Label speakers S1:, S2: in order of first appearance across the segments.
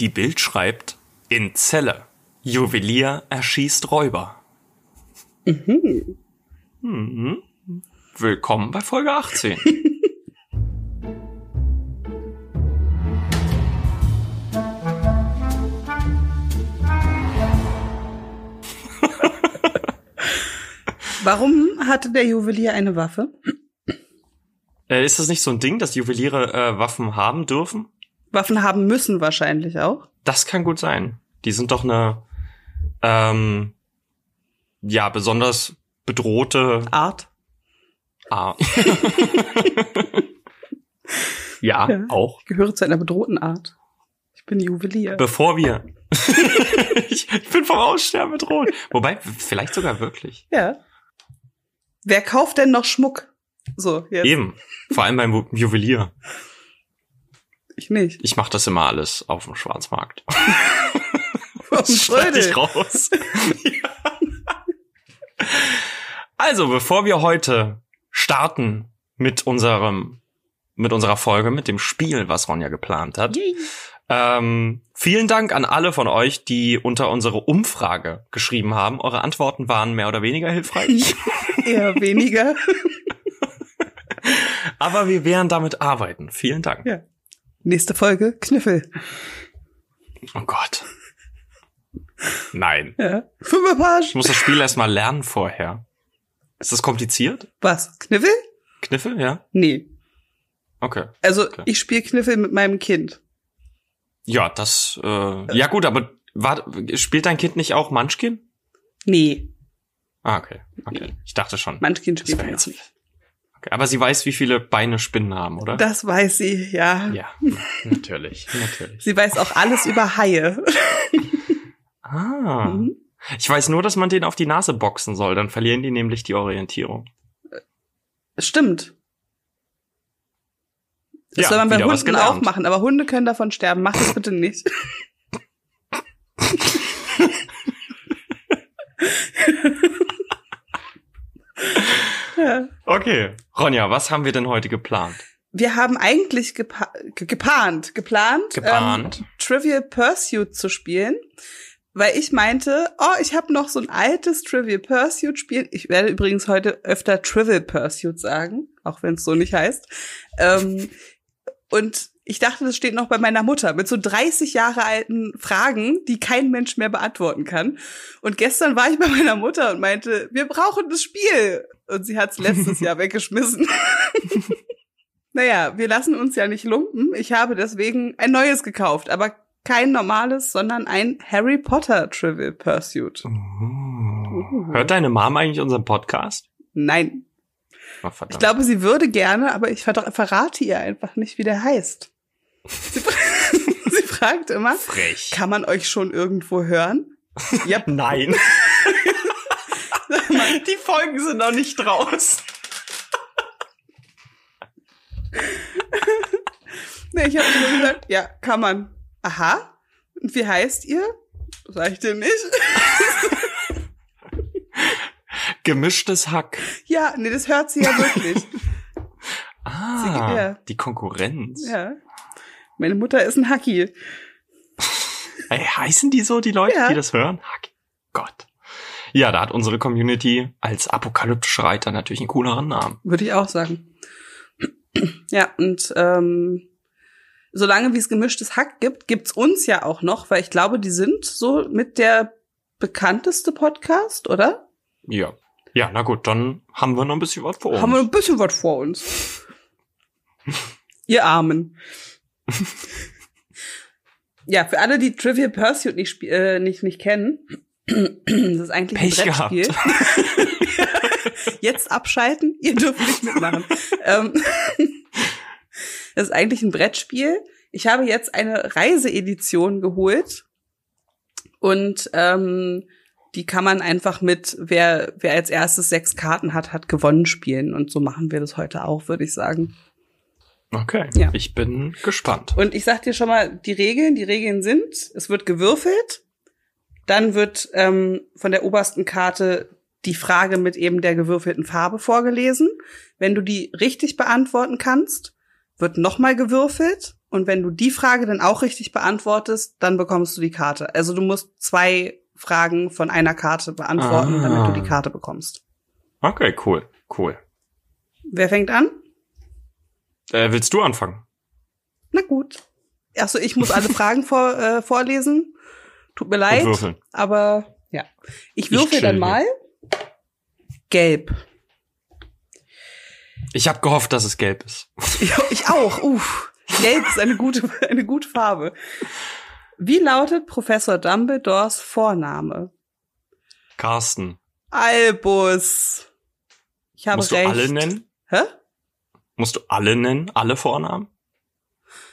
S1: Die Bild schreibt in Zelle. Juwelier erschießt Räuber.
S2: Mhm.
S1: Mhm. Willkommen bei Folge 18.
S2: Warum hatte der Juwelier eine Waffe?
S1: Äh, ist das nicht so ein Ding, dass Juweliere äh, Waffen haben dürfen?
S2: Waffen haben müssen wahrscheinlich auch.
S1: Das kann gut sein. Die sind doch eine ähm, ja besonders bedrohte
S2: Art.
S1: Art. ja,
S2: Ja.
S1: auch.
S2: Ich gehöre zu einer bedrohten Art. Ich bin Juwelier.
S1: Bevor wir. ich, ich bin vom Aussterben bedroht. Wobei, vielleicht sogar wirklich.
S2: ja. Wer kauft denn noch Schmuck? So, jetzt.
S1: Eben. Vor allem beim Juwelier.
S2: Ich nicht.
S1: Ich mache das immer alles auf dem Schwarzmarkt.
S2: Warum
S1: Das schneide
S2: sollte?
S1: ich raus. Ja. Also, bevor wir heute starten mit unserem mit unserer Folge, mit dem Spiel, was Ronja geplant hat.
S2: Yay.
S1: Ähm, vielen Dank an alle von euch, die unter unsere Umfrage geschrieben haben. Eure Antworten waren mehr oder weniger hilfreich.
S2: Eher weniger.
S1: Aber wir werden damit arbeiten. Vielen Dank.
S2: Ja. Nächste Folge, Kniffel.
S1: Oh Gott. Nein.
S2: Ja. Fünferpage.
S1: Ich muss das Spiel erstmal lernen vorher. Ist das kompliziert?
S2: Was? Kniffel?
S1: Kniffel, ja?
S2: Nee.
S1: Okay.
S2: Also,
S1: Okay.
S2: ich spiele Kniffel mit meinem Kind.
S1: Ja, das, äh, ja gut, aber warte, spielt dein Kind nicht auch Munchkin?
S2: Nee.
S1: Ah, okay. okay. Ich dachte schon.
S2: Munchkin
S1: Das
S2: spielt
S1: war
S2: man
S1: jetzt-
S2: noch nicht.
S1: Okay. Aber sie weiß, wie viele Beine Spinnen haben, oder?
S2: Das weiß sie, ja.
S1: ja, natürlich, natürlich.
S2: Sie weiß auch alles über Haie.
S1: Ah.
S2: Mhm.
S1: Ich weiß nur, dass man den auf die Nase boxen soll, dann verlieren die nämlich die Orientierung.
S2: Stimmt. Das
S1: Ja,
S2: soll man bei
S1: wieder was
S2: Hunden
S1: gelernt.
S2: auch machen, aber Hunde können davon sterben. Mach das bitte nicht. ja.
S1: Okay. Ronja, was haben wir denn heute geplant?
S2: Wir haben eigentlich gepa ge- gepaart, geplant,
S1: Geplant.
S2: Ähm, Trivial Pursuit zu spielen, weil ich meinte, oh, ich habe noch so ein altes Trivial Pursuit Spiel. Ich werde übrigens heute öfter Trivial Pursuit sagen, auch wenn es so nicht heißt. Ähm, und ich dachte, das steht noch bei meiner Mutter mit so 30 Jahre alten Fragen, die kein Mensch mehr beantworten kann. Und gestern war ich bei meiner Mutter und meinte, wir brauchen das Spiel. Und sie hat es letztes Jahr weggeschmissen. Naja, wir lassen uns ja nicht lumpen. Ich habe deswegen ein neues gekauft, aber kein normales, sondern ein Harry Potter Trivial Pursuit.
S1: Uh. Hört deine Mom eigentlich unseren Podcast?
S2: Nein,
S1: Oh,
S2: ich
S1: verdammt.
S2: glaube, sie würde gerne, aber ich ver verrate ihr einfach nicht, wie der heißt. Sie, fra- sie fragt immer,
S1: frech.
S2: kann man euch schon irgendwo hören? Ja,
S1: Nein. die Folgen sind noch nicht raus.
S2: nee, ich habe nur gesagt, ja, kann man. Aha, und wie heißt ihr? Sag ich dir nicht.
S1: Gemischtes Hack.
S2: Ja, nee, das hört sie ja wirklich.
S1: Ah,
S2: Sie- ja.
S1: die Konkurrenz.
S2: Ja. Meine Mutter ist ein Hacki.
S1: Ey, heißen die so, die Leute,
S2: Ja.
S1: die das hören? Hack. Gott. Ja, da hat unsere Community als apokalyptische Reiter natürlich einen cooleren Namen.
S2: Würde ich auch sagen. Ja, und ähm, solange wie es gemischtes Hack gibt, gibt's uns ja auch noch, weil ich glaube, die sind so mit der bekannteste Podcast, oder?
S1: Ja. Ja, na gut, dann haben wir noch ein bisschen was vor uns.
S2: Haben wir ein bisschen was vor uns. Ihr Armen. ja, für alle, die Trivial Pursuit nicht, spie- äh, nicht, nicht kennen, das ist eigentlich
S1: Pech
S2: ein
S1: gehabt.
S2: Brettspiel. Jetzt abschalten, ihr dürft nicht mitmachen. ähm, das ist eigentlich ein Brettspiel. Ich habe jetzt eine Reiseedition geholt und ähm, die kann man einfach mit, wer, wer als erstes sechs Karten hat, hat gewonnen spielen. Und so machen wir das heute auch, würde ich sagen.
S1: Okay,
S2: Ja.
S1: ich bin gespannt.
S2: Und ich sag dir schon mal die Regeln. Die Regeln sind, es wird gewürfelt, dann wird ähm, von der obersten Karte die Frage mit eben der gewürfelten Farbe vorgelesen. Wenn du die richtig beantworten kannst, wird nochmal gewürfelt Und wenn du die Frage dann auch richtig beantwortest, dann bekommst du die Karte. Also du musst zwei Fragen von einer Karte beantworten,
S1: Ah.
S2: damit du die Karte bekommst.
S1: Okay, cool, cool.
S2: Wer fängt an?
S1: Äh, willst du anfangen?
S2: Na gut. Achso, ich muss alle Fragen vor, äh, vorlesen. Tut mir
S1: Und
S2: leid,
S1: würfeln.
S2: aber ja. Ich würfel
S1: chill
S2: dann
S1: hier.
S2: mal. Gelb.
S1: Ich habe gehofft, dass es gelb ist.
S2: Ich, ich auch. Uff. Gelb ist eine gute, eine gute Farbe. Wie lautet Professor Dumbledores Vorname?
S1: Carsten,
S2: Albus. Ich habe
S1: musst du
S2: recht.
S1: alle nennen?
S2: Hä?
S1: Musst du alle nennen? Alle Vornamen?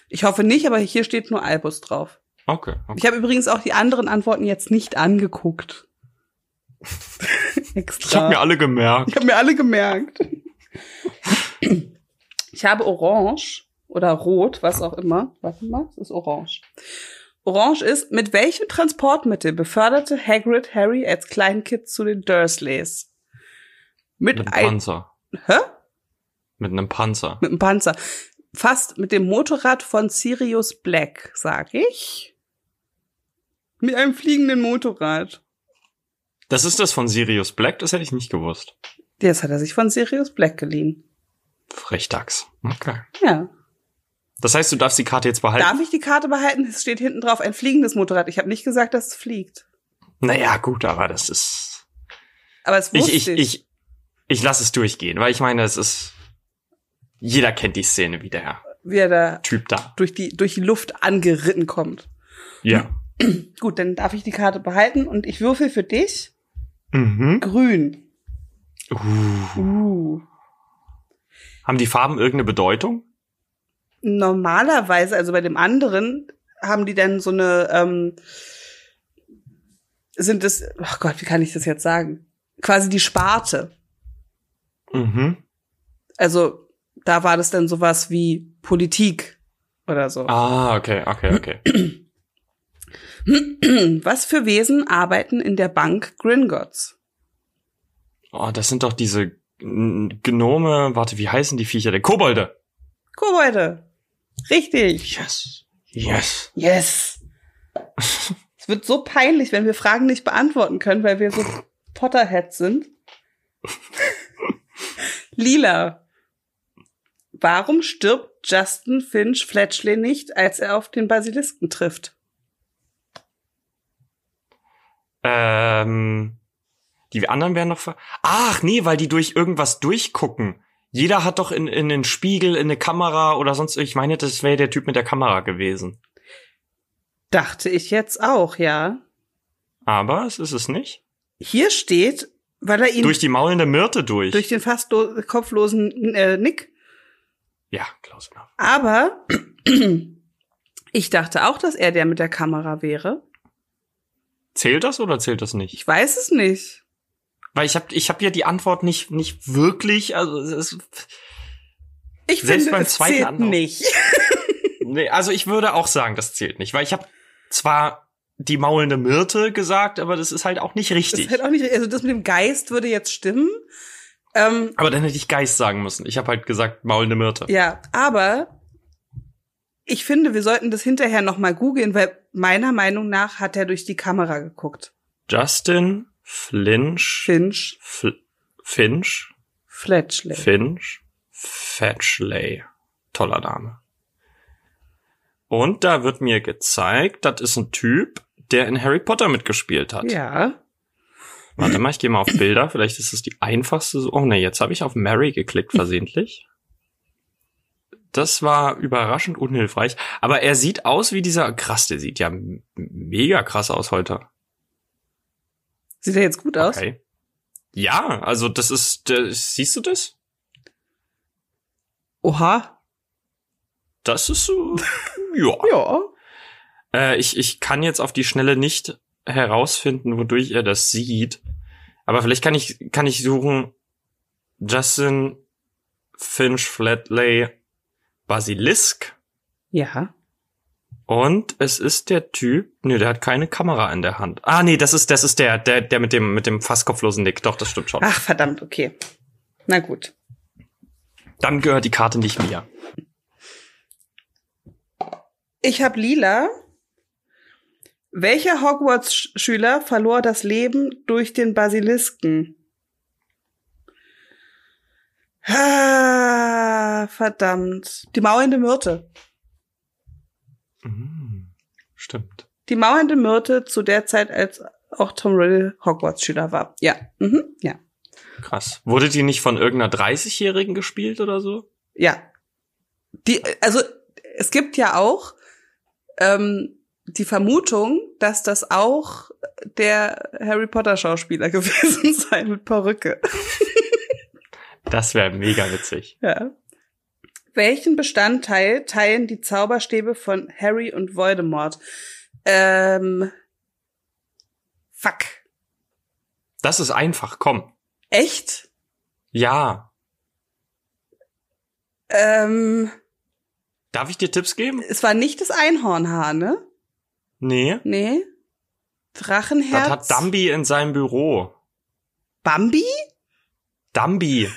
S2: Ich hoffe nicht, aber hier steht nur Albus drauf.
S1: Okay, okay.
S2: Ich habe übrigens auch die anderen Antworten jetzt nicht angeguckt. Extra.
S1: Ich habe mir alle gemerkt.
S2: Ich habe mir alle gemerkt. Ich habe Orange oder Rot, was auch immer. Warte mal, es ist Orange. Orange ist, mit welchem Transportmittel beförderte Hagrid Harry als Kleinkind zu den Dursleys? Mit,
S1: Mit einem
S2: ein,
S1: Panzer.
S2: Hä?
S1: Mit einem Panzer.
S2: mit einem Panzer. Fast mit dem Motorrad von Sirius Black, sag ich. Mit einem fliegenden Motorrad.
S1: Das ist das von Sirius Black, das hätte ich nicht gewusst.
S2: Jetzt hat er sich von Sirius Black geliehen.
S1: Frechdachs. Okay.
S2: Ja.
S1: Das heißt, du darfst die Karte jetzt behalten?
S2: Darf ich die Karte behalten? Es steht hinten drauf ein fliegendes Motorrad. Ich habe nicht gesagt, dass es fliegt.
S1: Naja, gut, aber das ist.
S2: Aber es
S1: Ich,
S2: wusste
S1: ich, ich, ich lasse es durchgehen, weil ich meine, es ist. Jeder kennt die Szene, wie der
S2: wie er da
S1: Typ da.
S2: durch die, durch die Luft angeritten kommt.
S1: Ja.
S2: Gut, dann darf ich die Karte behalten und ich würfel für dich
S1: Mhm.
S2: grün.
S1: Uh.
S2: Uh.
S1: Haben die Farben irgendeine Bedeutung?
S2: Normalerweise, also bei dem anderen, haben die dann so eine, ähm, sind es, ach Gott, wie kann ich das jetzt sagen? Quasi die Sparte.
S1: Mhm.
S2: Also da war das dann sowas wie Politik oder so.
S1: Ah, okay, okay, okay.
S2: Hm, Was für Wesen arbeiten in der Bank Gringotts?
S1: Oh, das sind doch diese mm, Gnome. Warte, wie heißen die Viecher denn? Kobolde!
S2: Kobolde. Richtig.
S1: Yes. Yes.
S2: Yes. es wird so peinlich, wenn wir Fragen nicht beantworten können, weil wir so Potterheads sind. Lila. Warum stirbt Justin Finch Fletchley nicht, als er auf den Basilisken trifft?
S1: Ähm, die anderen werden noch ver Ach, nee, weil die durch irgendwas durchgucken. Jeder hat doch in, in den Spiegel, in eine Kamera oder sonst. Ich meine, das wäre der Typ mit der Kamera gewesen.
S2: Dachte ich jetzt auch, ja.
S1: Aber es ist es nicht.
S2: Hier steht, weil er ihn
S1: Durch die maulende Myrte durch.
S2: durch den fast lo- kopflosen äh, Nick
S1: ja, Klaus. genau.
S2: Aber ich dachte auch, dass er der mit der Kamera wäre.
S1: Zählt das oder zählt das nicht?
S2: Ich weiß es nicht.
S1: Weil ich habe ich hab ja die Antwort nicht, nicht wirklich. Also, es ist,
S2: Ich
S1: Selbst
S2: finde,
S1: beim
S2: es
S1: zweiten
S2: zählt
S1: Anlauf.
S2: nicht.
S1: Nee, also ich würde auch sagen, das zählt nicht, weil ich habe zwar die maulende Myrte gesagt, aber das ist halt auch nicht
S2: Das ist
S1: richtig.
S2: halt auch nicht. Also das mit dem Geist würde jetzt stimmen. Ähm,
S1: aber dann hätte ich Geist sagen müssen. Ich habe halt gesagt maulende Myrte.
S2: ja, aber ich finde, wir sollten das hinterher noch mal googeln, weil meiner Meinung nach hat er durch die Kamera geguckt.
S1: Justin Flinch
S2: Finch
S1: Fl Finch
S2: Fletchley.
S1: Finch Fetchley. Toller Name. Und da wird mir gezeigt, das ist ein Typ, der in Harry Potter mitgespielt hat.
S2: Ja.
S1: Warte mal, ich gehe mal auf Bilder. Vielleicht ist es die einfachste. So- Oh ne, jetzt habe ich auf Mary geklickt versehentlich. Das war überraschend unhilfreich. Aber er sieht aus wie dieser. Krass, der sieht ja m- mega krass aus heute.
S2: Sieht er jetzt gut aus?
S1: Okay. Ja, also das ist. Das, siehst du das?
S2: Oha.
S1: Das ist so. ja.
S2: Ja.
S1: Äh, ich, ich kann jetzt auf die Schnelle nicht herausfinden, wodurch er das sieht. Aber vielleicht kann ich, kann ich suchen, Justin Finch Flatley Basilisk.
S2: Ja.
S1: Und es ist der Typ, nee, der hat keine Kamera in der Hand. Ah, nee, das ist, das ist der, der, der mit dem, mit dem fast kopflosen Nick. Doch, das stimmt schon.
S2: Ach verdammt. Okay. Na gut.
S1: Dann gehört die Karte nicht mir.
S2: Ich habe lila. Welcher Hogwarts-Schüler verlor das Leben durch den Basilisken? Ah, verdammt. Die mauernde Myrte.
S1: Mhm. Stimmt.
S2: Die mauernde Myrte zu der Zeit, als auch Tom Riddle Hogwarts-Schüler war. Ja. Mhm. Ja.
S1: Krass. Wurde die nicht von irgendeiner 30-Jährigen gespielt oder so?
S2: Ja. Die, also, es gibt ja auch ähm, die Vermutung, dass das auch der Harry Potter Schauspieler gewesen sein mit Perücke.
S1: Das wäre mega witzig.
S2: Ja. Welchen Bestandteil teilen die Zauberstäbe von Harry und Voldemort? Ähm, fuck.
S1: Das ist einfach, komm.
S2: Echt?
S1: Ja.
S2: Ähm,
S1: Darf ich dir Tipps geben?
S2: es war nicht das Einhornhaar, ne?
S1: Nee.
S2: Nee.
S1: Das
S2: Drachenherz.
S1: hat Dumbi in seinem Büro.
S2: Bambi?
S1: Dumbi.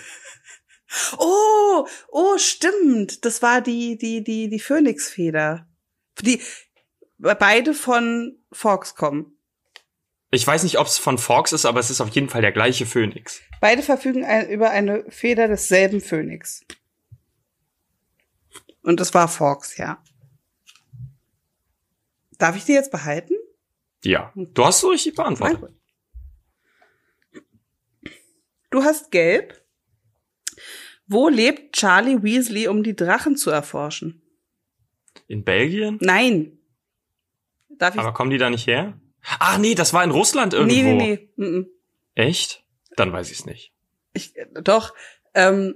S2: Oh, oh, stimmt. Das war die, die, die, die Phönixfeder. Die, beide von Fox kommen.
S1: Ich weiß nicht, ob es von Fox ist, aber es ist auf jeden Fall der gleiche Phönix.
S2: Beide verfügen ein, über eine Feder desselben Phönix. Und das war Fox, ja. Darf ich die jetzt behalten?
S1: Ja. Du hast es richtig
S2: Nein,
S1: beantwortet.
S2: gut. Du hast gelb. Wo lebt Charlie Weasley, um die Drachen zu erforschen?
S1: In Belgien?
S2: Nein. Darf ich?
S1: Aber kommen die da nicht her? Ach nee, das war in Russland irgendwo.
S2: nee, nee, nee. Mm, mm.
S1: Echt? Dann weiß ich es nicht.
S2: Ich, doch. Ähm,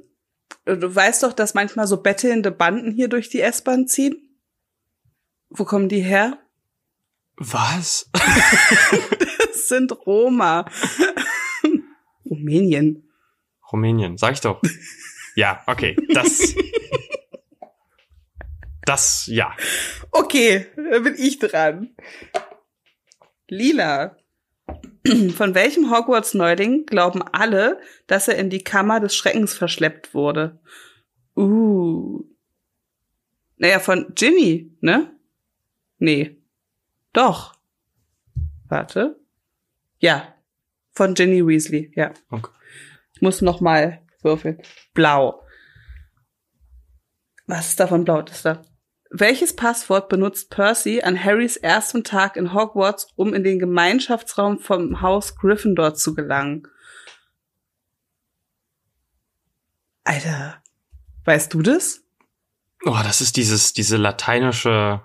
S2: du weißt doch, dass manchmal so bettelnde Banden hier durch die S-Bahn ziehen? Wo kommen die her?
S1: Was?
S2: Das sind Roma. Rumänien.
S1: Rumänien, sag ich doch. Ja, okay. Das. das, ja.
S2: Okay, da bin ich dran. Lila. Von welchem Hogwarts-Neuling glauben alle, dass er in die Kammer des Schreckens verschleppt wurde? Uh. Naja, von Ginny, ne? Nee. Doch. Warte. Ja. Von Ginny Weasley, ja.
S1: Okay.
S2: Ich muss noch mal würfeln. Blau. Was ist davon blau? Das da. Welches Passwort benutzt Percy an Harrys ersten Tag in Hogwarts, um in den Gemeinschaftsraum vom Haus Gryffindor zu gelangen? Alter, weißt du das?
S1: Oh, das ist dieses, diese lateinische.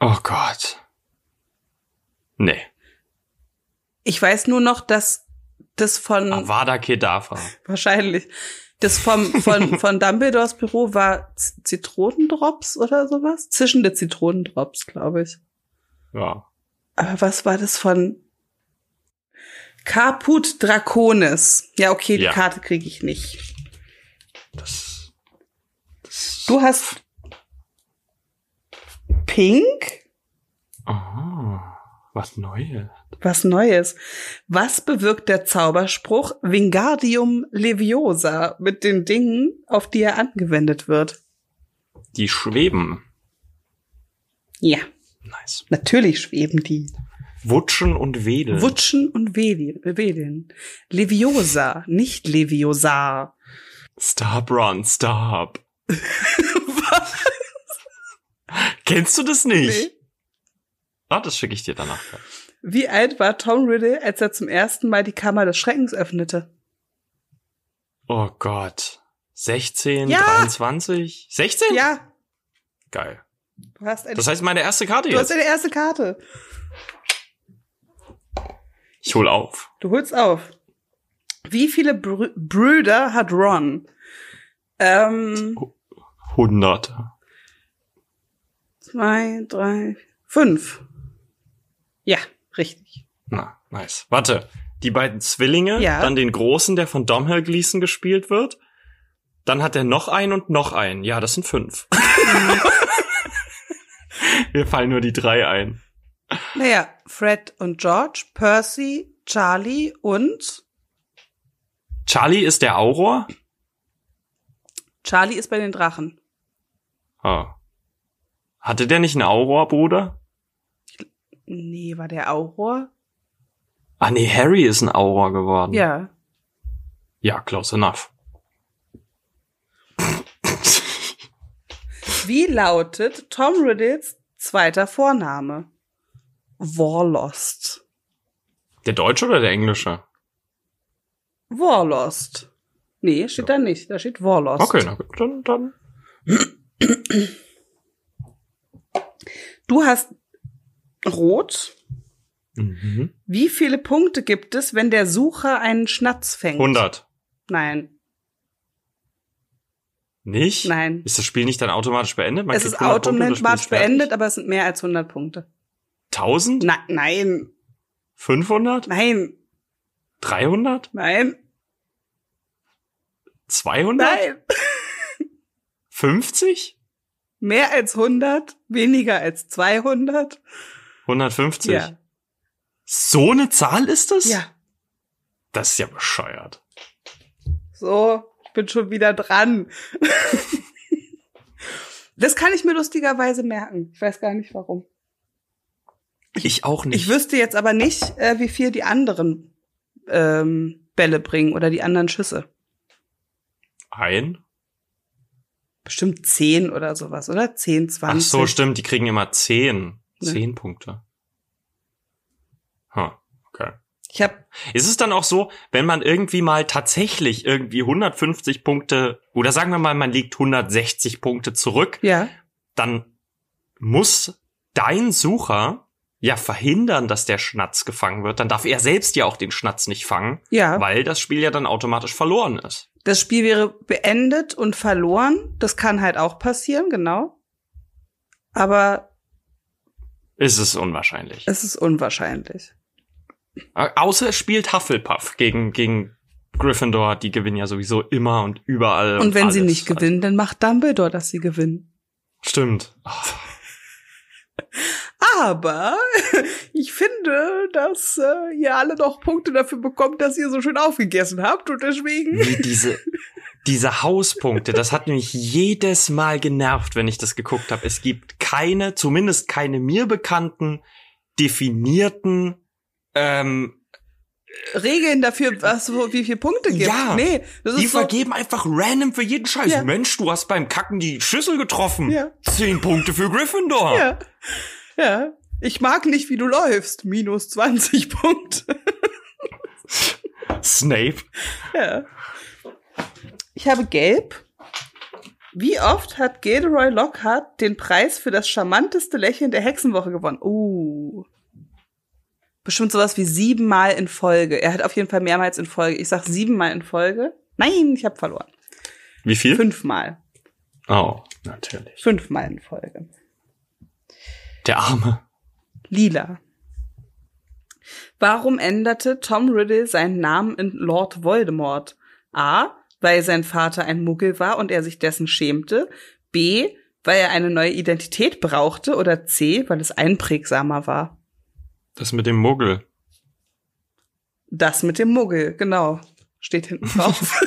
S1: Oh Gott. Nee.
S2: Ich weiß nur noch, dass das von
S1: Avada Kedavra.
S2: wahrscheinlich das vom von von Dumbledores Büro war Z- Zitronendrops oder sowas, zischende Zitronendrops, glaube ich.
S1: Ja.
S2: Aber Äh, was war das von Caput Draconis? Ja, okay, die
S1: Ja.
S2: Karte kriege ich nicht.
S1: Das. das
S2: Du hast Pink?
S1: Oh, was Neues.
S2: Was Neues. Was bewirkt der Zauberspruch Vingardium Leviosa mit den Dingen, auf die er angewendet wird?
S1: Die schweben.
S2: Ja,
S1: Nice.
S2: natürlich schweben die.
S1: Wutschen und wedeln.
S2: Wutschen und Weli- Wedeln. Leviosa, nicht Leviosa.
S1: Stop, Ron, stop. Kennst du das nicht? Ah, das schicke ich dir danach.
S2: Wie alt war Tom Riddle, als er zum ersten Mal die Kammer des Schreckens öffnete?
S1: Oh Gott. 16,
S2: Ja.
S1: 23? 16?
S2: Ja,
S1: Geil.
S2: du hast eine,
S1: Das heißt, meine erste Karte
S2: du hast
S1: jetzt.
S2: eine erste Karte.
S1: Ich hol auf.
S2: Du holst auf. Wie viele Brü Brüder hat Ron? Ähm,
S1: 100.
S2: zwei, drei, fünf. Ja, richtig.
S1: Na, nice. Warte. Die beiden Zwillinge,
S2: Ja.
S1: dann den Großen, der von Domhnall Gleeson gespielt wird. Dann hat er noch einen und noch einen. Ja, das sind fünf. Mir fallen nur die drei ein.
S2: Naja, Fred und George, Percy, Charlie und
S1: Charlie ist der Auror?
S2: Charlie ist bei den Drachen.
S1: Ah. Hatte der nicht einen Auror, Bruder?
S2: Nee, war der Auror?
S1: Ah nee, Harry ist ein Auror geworden.
S2: Ja.
S1: Ja, close enough.
S2: Wie lautet Tom Riddles zweiter Vorname? Warlost.
S1: Der deutsche oder der englische?
S2: Warlost. Nee, steht da nicht. Da steht Warlost.
S1: Okay, na gut, dann, dann.
S2: Du hast Rot.
S1: Mhm.
S2: Wie viele Punkte gibt es, wenn der Sucher einen Schnatz fängt?
S1: 100.
S2: Nein,
S1: Nicht?
S2: nein.
S1: Ist das Spiel nicht dann automatisch beendet? Man
S2: es
S1: kriegt
S2: ist
S1: 100 Punkte und das Spiel
S2: automatisch
S1: fertig?
S2: beendet, aber es sind mehr als 100 Punkte.
S1: 1000?
S2: Na, nein,
S1: 500?
S2: nein,
S1: 300?
S2: nein,
S1: 200?
S2: nein.
S1: 50?
S2: Mehr als 100, weniger als 200.
S1: 150?
S2: Ja.
S1: So eine Zahl ist das?
S2: ja,
S1: Das ist ja bescheuert.
S2: so, ich bin schon wieder dran. das kann ich mir lustigerweise merken. Ich weiß gar nicht warum.
S1: Ich auch nicht.
S2: Ich wüsste jetzt aber nicht, äh, wie viel die anderen ähm, Bälle bringen oder die anderen Schüsse.
S1: Ein?
S2: Bestimmt 10 oder sowas, oder? 10, 20.
S1: Ach so, stimmt, die kriegen immer 10.
S2: Ne.
S1: 10 Punkte. Huh, okay.
S2: Ich habe
S1: Ist es dann auch so, wenn man irgendwie mal tatsächlich irgendwie 150 Punkte oder sagen wir mal, man liegt 160 Punkte zurück,
S2: ja,
S1: dann muss dein Sucher ja verhindern, dass der Schnatz gefangen wird. Dann darf er selbst ja auch den Schnatz nicht fangen,
S2: ja.
S1: weil das Spiel ja dann automatisch verloren ist.
S2: Das Spiel wäre beendet und verloren. Das kann halt auch passieren, genau. Aber
S1: Ist es unwahrscheinlich.
S2: es ist unwahrscheinlich.
S1: Äh, Außer es spielt Hufflepuff gegen, gegen Gryffindor. Die gewinnen ja sowieso immer und überall.
S2: Und wenn sie
S1: alles.
S2: nicht gewinnen, dann macht Dumbledore, dass sie gewinnen.
S1: Stimmt. Ach,
S2: Aber ich finde, dass äh, ihr alle noch Punkte dafür bekommt, dass ihr so schön aufgegessen habt und deswegen.
S1: Wie diese, diese Hauspunkte, das hat mich jedes Mal genervt, wenn ich das geguckt habe. Es gibt keine, zumindest keine mir bekannten, definierten ähm,
S2: Regeln dafür, was, wo, wie viel Punkte gibt.
S1: Ja,
S2: nee, das
S1: die
S2: ist so,
S1: vergeben einfach random für jeden Scheiß.
S2: Ja.
S1: Mensch, du hast beim Kacken die Schüssel getroffen.
S2: Ja.
S1: Zehn Punkte für Gryffindor.
S2: ja, ja. Ich mag nicht, wie du läufst. Minus 20 Punkte.
S1: Snape.
S2: Ja. Ich habe gelb. Wie oft hat Gilderoy Lockhart den Preis für das charmanteste Lächeln der Hexenwoche gewonnen? Uh. Bestimmt sowas wie siebenmal in Folge. Er hat auf jeden Fall mehrmals in Folge. Ich sag siebenmal in Folge. Nein, ich habe verloren.
S1: Wie viel?
S2: Fünfmal.
S1: Oh, natürlich.
S2: Fünfmal in Folge.
S1: Der Arme.
S2: Lila. Warum änderte Tom Riddle seinen Namen in Lord Voldemort? A. Weil sein Vater ein Muggel war und er sich dessen schämte. B. Weil er eine neue Identität brauchte. Oder C. Weil es einprägsamer war.
S1: Das mit dem Muggel.
S2: Das mit dem Muggel, genau. Steht hinten drauf.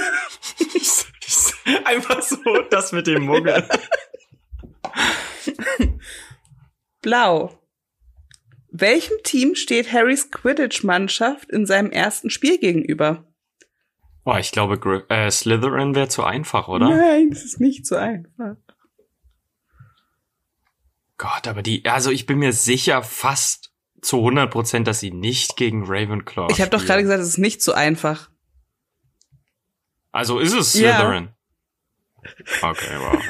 S1: Einfach so, das mit dem Muggel.
S2: Blau. Welchem Team steht Harrys Quidditch-Mannschaft in seinem ersten Spiel gegenüber?
S1: Oh, ich glaube, Gry- äh, Slytherin wäre zu einfach, oder?
S2: Nein, das ist nicht so einfach.
S1: Gott, aber die, also ich bin mir sicher fast zu 100 Prozent, dass sie nicht gegen Ravenclaw
S2: Ich habe doch
S1: spielen.
S2: gerade gesagt, es ist nicht so einfach.
S1: Also ist es
S2: Ja.
S1: Slytherin. Okay, wow.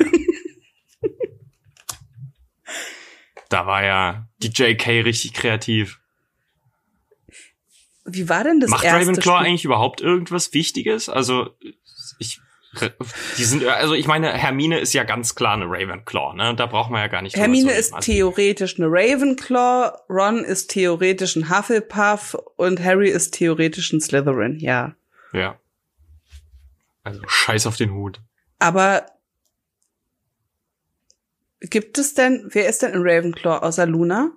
S1: da war ja die JK richtig kreativ.
S2: Wie war denn das
S1: Macht
S2: erste
S1: Ravenclaw
S2: Spiel?
S1: eigentlich überhaupt irgendwas Wichtiges? Also ich, die sind, also ich meine, Hermine ist ja ganz klar eine Ravenclaw, ne? Da braucht man ja gar nicht. drüber
S2: Hermine
S1: zu
S2: ist
S1: reden.
S2: theoretisch eine Ravenclaw, Ron ist theoretisch ein Hufflepuff und Harry ist theoretisch ein Slytherin, ja.
S1: Ja. Also Scheiß auf den Hut.
S2: Aber gibt es denn, wer ist denn in Ravenclaw außer Luna?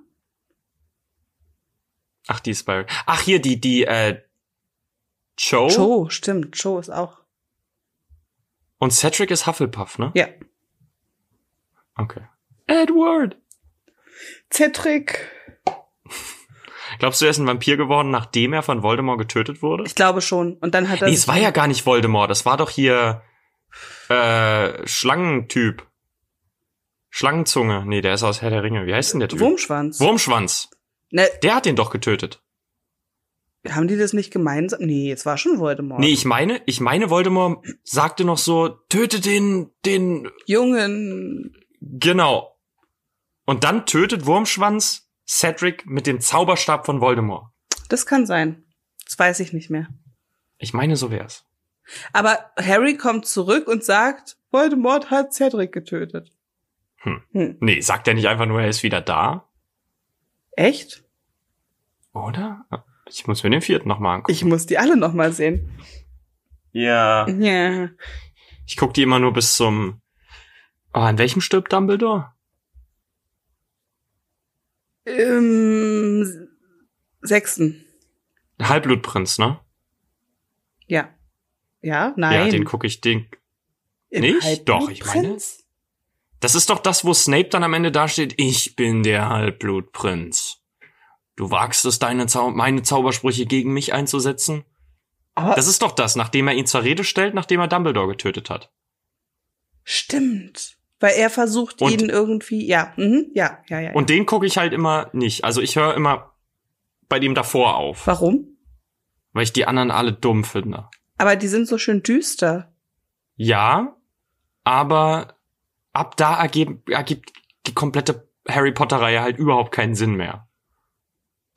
S1: Ach, die ist bei. Ach, hier, die, die, äh, Cho.
S2: Cho, stimmt, Cho ist auch.
S1: Und Cedric ist Hufflepuff, ne?
S2: Ja.
S1: Okay. Edward!
S2: Cedric.
S1: Glaubst du, er ist ein Vampir geworden, nachdem er von Voldemort getötet wurde?
S2: Ich glaube schon. Und dann hat er.
S1: nee, es war ja gar nicht Voldemort, das war doch hier äh, Schlangentyp. Schlangenzunge. Nee, der ist aus Herr der Ringe. Wie heißt denn der Typ?
S2: Wurmschwanz.
S1: Wurmschwanz.
S2: Ne,
S1: Der hat den doch getötet.
S2: haben die das nicht gemeinsam? Nee, es war schon Voldemort.
S1: Nee, ich meine, ich meine, Voldemort sagte noch so, töte den, den,
S2: Jungen.
S1: genau. Und dann tötet Wurmschwanz Cedric mit dem Zauberstab von Voldemort.
S2: Das kann sein. Das weiß ich nicht mehr.
S1: Ich meine, so wär's.
S2: Aber Harry kommt zurück und sagt, Voldemort hat Cedric getötet.
S1: Hm.
S2: Hm.
S1: Nee, sagt er nicht einfach nur, er ist wieder da?
S2: Echt?
S1: Oder? Ich muss mir den vierten nochmal angucken.
S2: Ich muss die alle nochmal sehen.
S1: Ja.
S2: Ja.
S1: Ich guck die immer nur bis zum. Oh, an welchem stirbt Dumbledore?
S2: Im Ähm, sechsten.
S1: Halbblutprinz, ne?
S2: Ja. Ja, nein.
S1: Ja, den guck ich, den.
S2: Im
S1: nicht? Doch, ich meine-
S2: Halbblutprinz?
S1: Das ist doch das, wo Snape dann am Ende dasteht. Ich bin der Halbblutprinz. Du wagst es, deine Zau meine Zaubersprüche gegen mich einzusetzen?
S2: Aber
S1: Das ist doch das, nachdem er ihn zur Rede stellt, nachdem er Dumbledore getötet hat.
S2: stimmt. Weil er versucht,
S1: Und-
S2: ihn irgendwie, ja, mhm, ja, ja, ja. ja.
S1: Und den gucke ich halt immer nicht. Also ich höre immer bei dem davor auf,
S2: Warum?
S1: weil ich die anderen alle dumm finde.
S2: Aber die sind so schön düster.
S1: Ja, aber ab da ergeben, ergibt die komplette Harry Potter-Reihe halt überhaupt keinen Sinn mehr.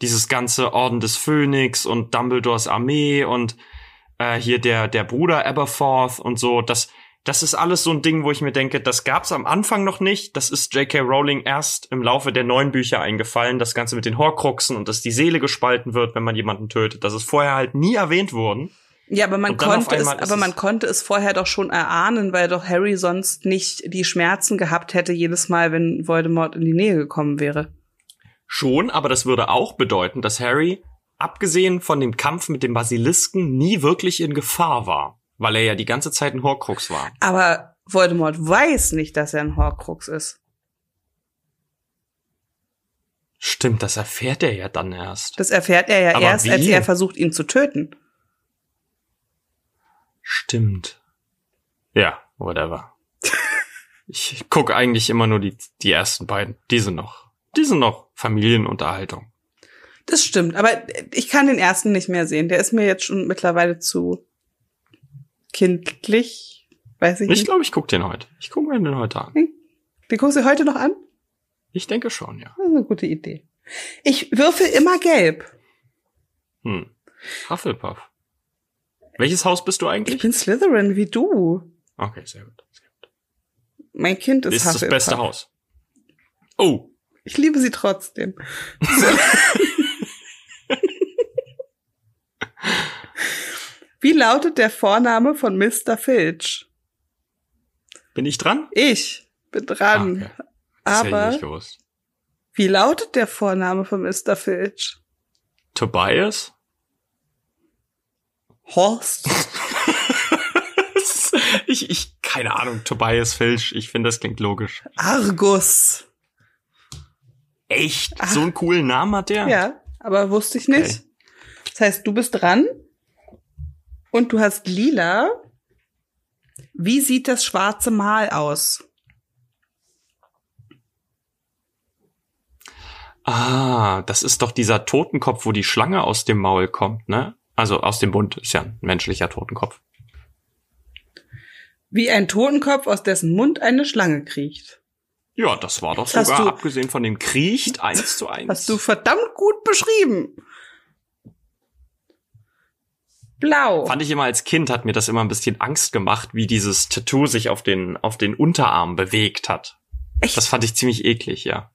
S1: Dieses ganze Orden des Phönix und Dumbledores Armee und äh, hier der, der Bruder Aberforth und so, das, das ist alles so ein Ding, wo ich mir denke, das gab's am Anfang noch nicht. Das ist J.K. Rowling erst im Laufe der neuen Bücher eingefallen. Das Ganze mit den Horcruxen und dass die Seele gespalten wird, wenn man jemanden tötet. Das ist vorher halt nie erwähnt worden.
S2: Ja, aber man
S1: Und dann auf
S2: konnte es,
S1: einmal ist
S2: aber
S1: es-
S2: man konnte es vorher doch schon erahnen, weil doch Harry sonst nicht die Schmerzen gehabt hätte jedes Mal, wenn Voldemort in die Nähe gekommen wäre.
S1: Schon, aber das würde auch bedeuten, dass Harry, abgesehen von dem Kampf mit dem Basilisken, nie wirklich in Gefahr war, weil er ja die ganze Zeit ein Horcrux war.
S2: Aber Voldemort weiß nicht, dass er ein Horcrux ist.
S1: Stimmt, das erfährt er ja dann erst.
S2: Das erfährt er ja
S1: Aber
S2: erst, als
S1: wie?
S2: er versucht, ihn zu töten.
S1: Stimmt. Ja, whatever. ich gucke eigentlich immer nur die, die ersten beiden. Die sind noch. Die sind noch Familienunterhaltung.
S2: Das stimmt, aber ich kann den ersten nicht mehr sehen. Der ist mir jetzt schon mittlerweile zu kindlich. Weiß
S1: Ich
S2: ich nicht.
S1: glaube, ich gucke den heute. Ich gucke mir den heute an.
S2: Den guckst du heute noch an?
S1: Ich denke schon, ja.
S2: Das ist eine gute Idee. Ich würfel immer gelb.
S1: Hm. Hufflepuff. Welches Haus bist du
S2: Ich
S1: eigentlich?
S2: bin Slytherin wie du.
S1: Okay, sehr gut.
S2: Mein Kind ist,
S1: ist das
S2: Hufflepuff.
S1: beste Haus. Oh,
S2: Ich liebe sie trotzdem. Wie lautet der Vorname von Mr. Filch?
S1: bin ich dran?
S2: Ich bin dran.
S1: Ah, okay. Das hätte ich
S2: Aber-
S1: nicht gewusst.
S2: Wie lautet der Vorname von Mr. Filch?
S1: Tobias?
S2: Horst.
S1: ich, ich, keine Ahnung, Tobias Filch. Ich finde, das klingt logisch.
S2: Argus.
S1: Echt?
S2: Ah.
S1: So einen coolen Namen hat der?
S2: Ja, aber wusste ich nicht. Das heißt, du bist dran und du hast lila. Wie sieht das schwarze Mal aus?
S1: Ah, das ist doch dieser Totenkopf, wo die Schlange aus dem Maul kommt, ne? Also aus dem Bund ist ja ein menschlicher Totenkopf.
S2: Wie ein Totenkopf, aus dessen Mund eine Schlange kriecht.
S1: Ja, das war doch
S2: Hast
S1: sogar,
S2: du-
S1: abgesehen von dem Kriecht, eins zu eins.
S2: Hast du verdammt gut beschrieben. Blau.
S1: Fand ich immer als Kind, hat mir das immer ein bisschen Angst gemacht, wie dieses Tattoo sich auf den, auf den Unterarm bewegt hat.
S2: Echt?
S1: Das fand ich ziemlich eklig, ja.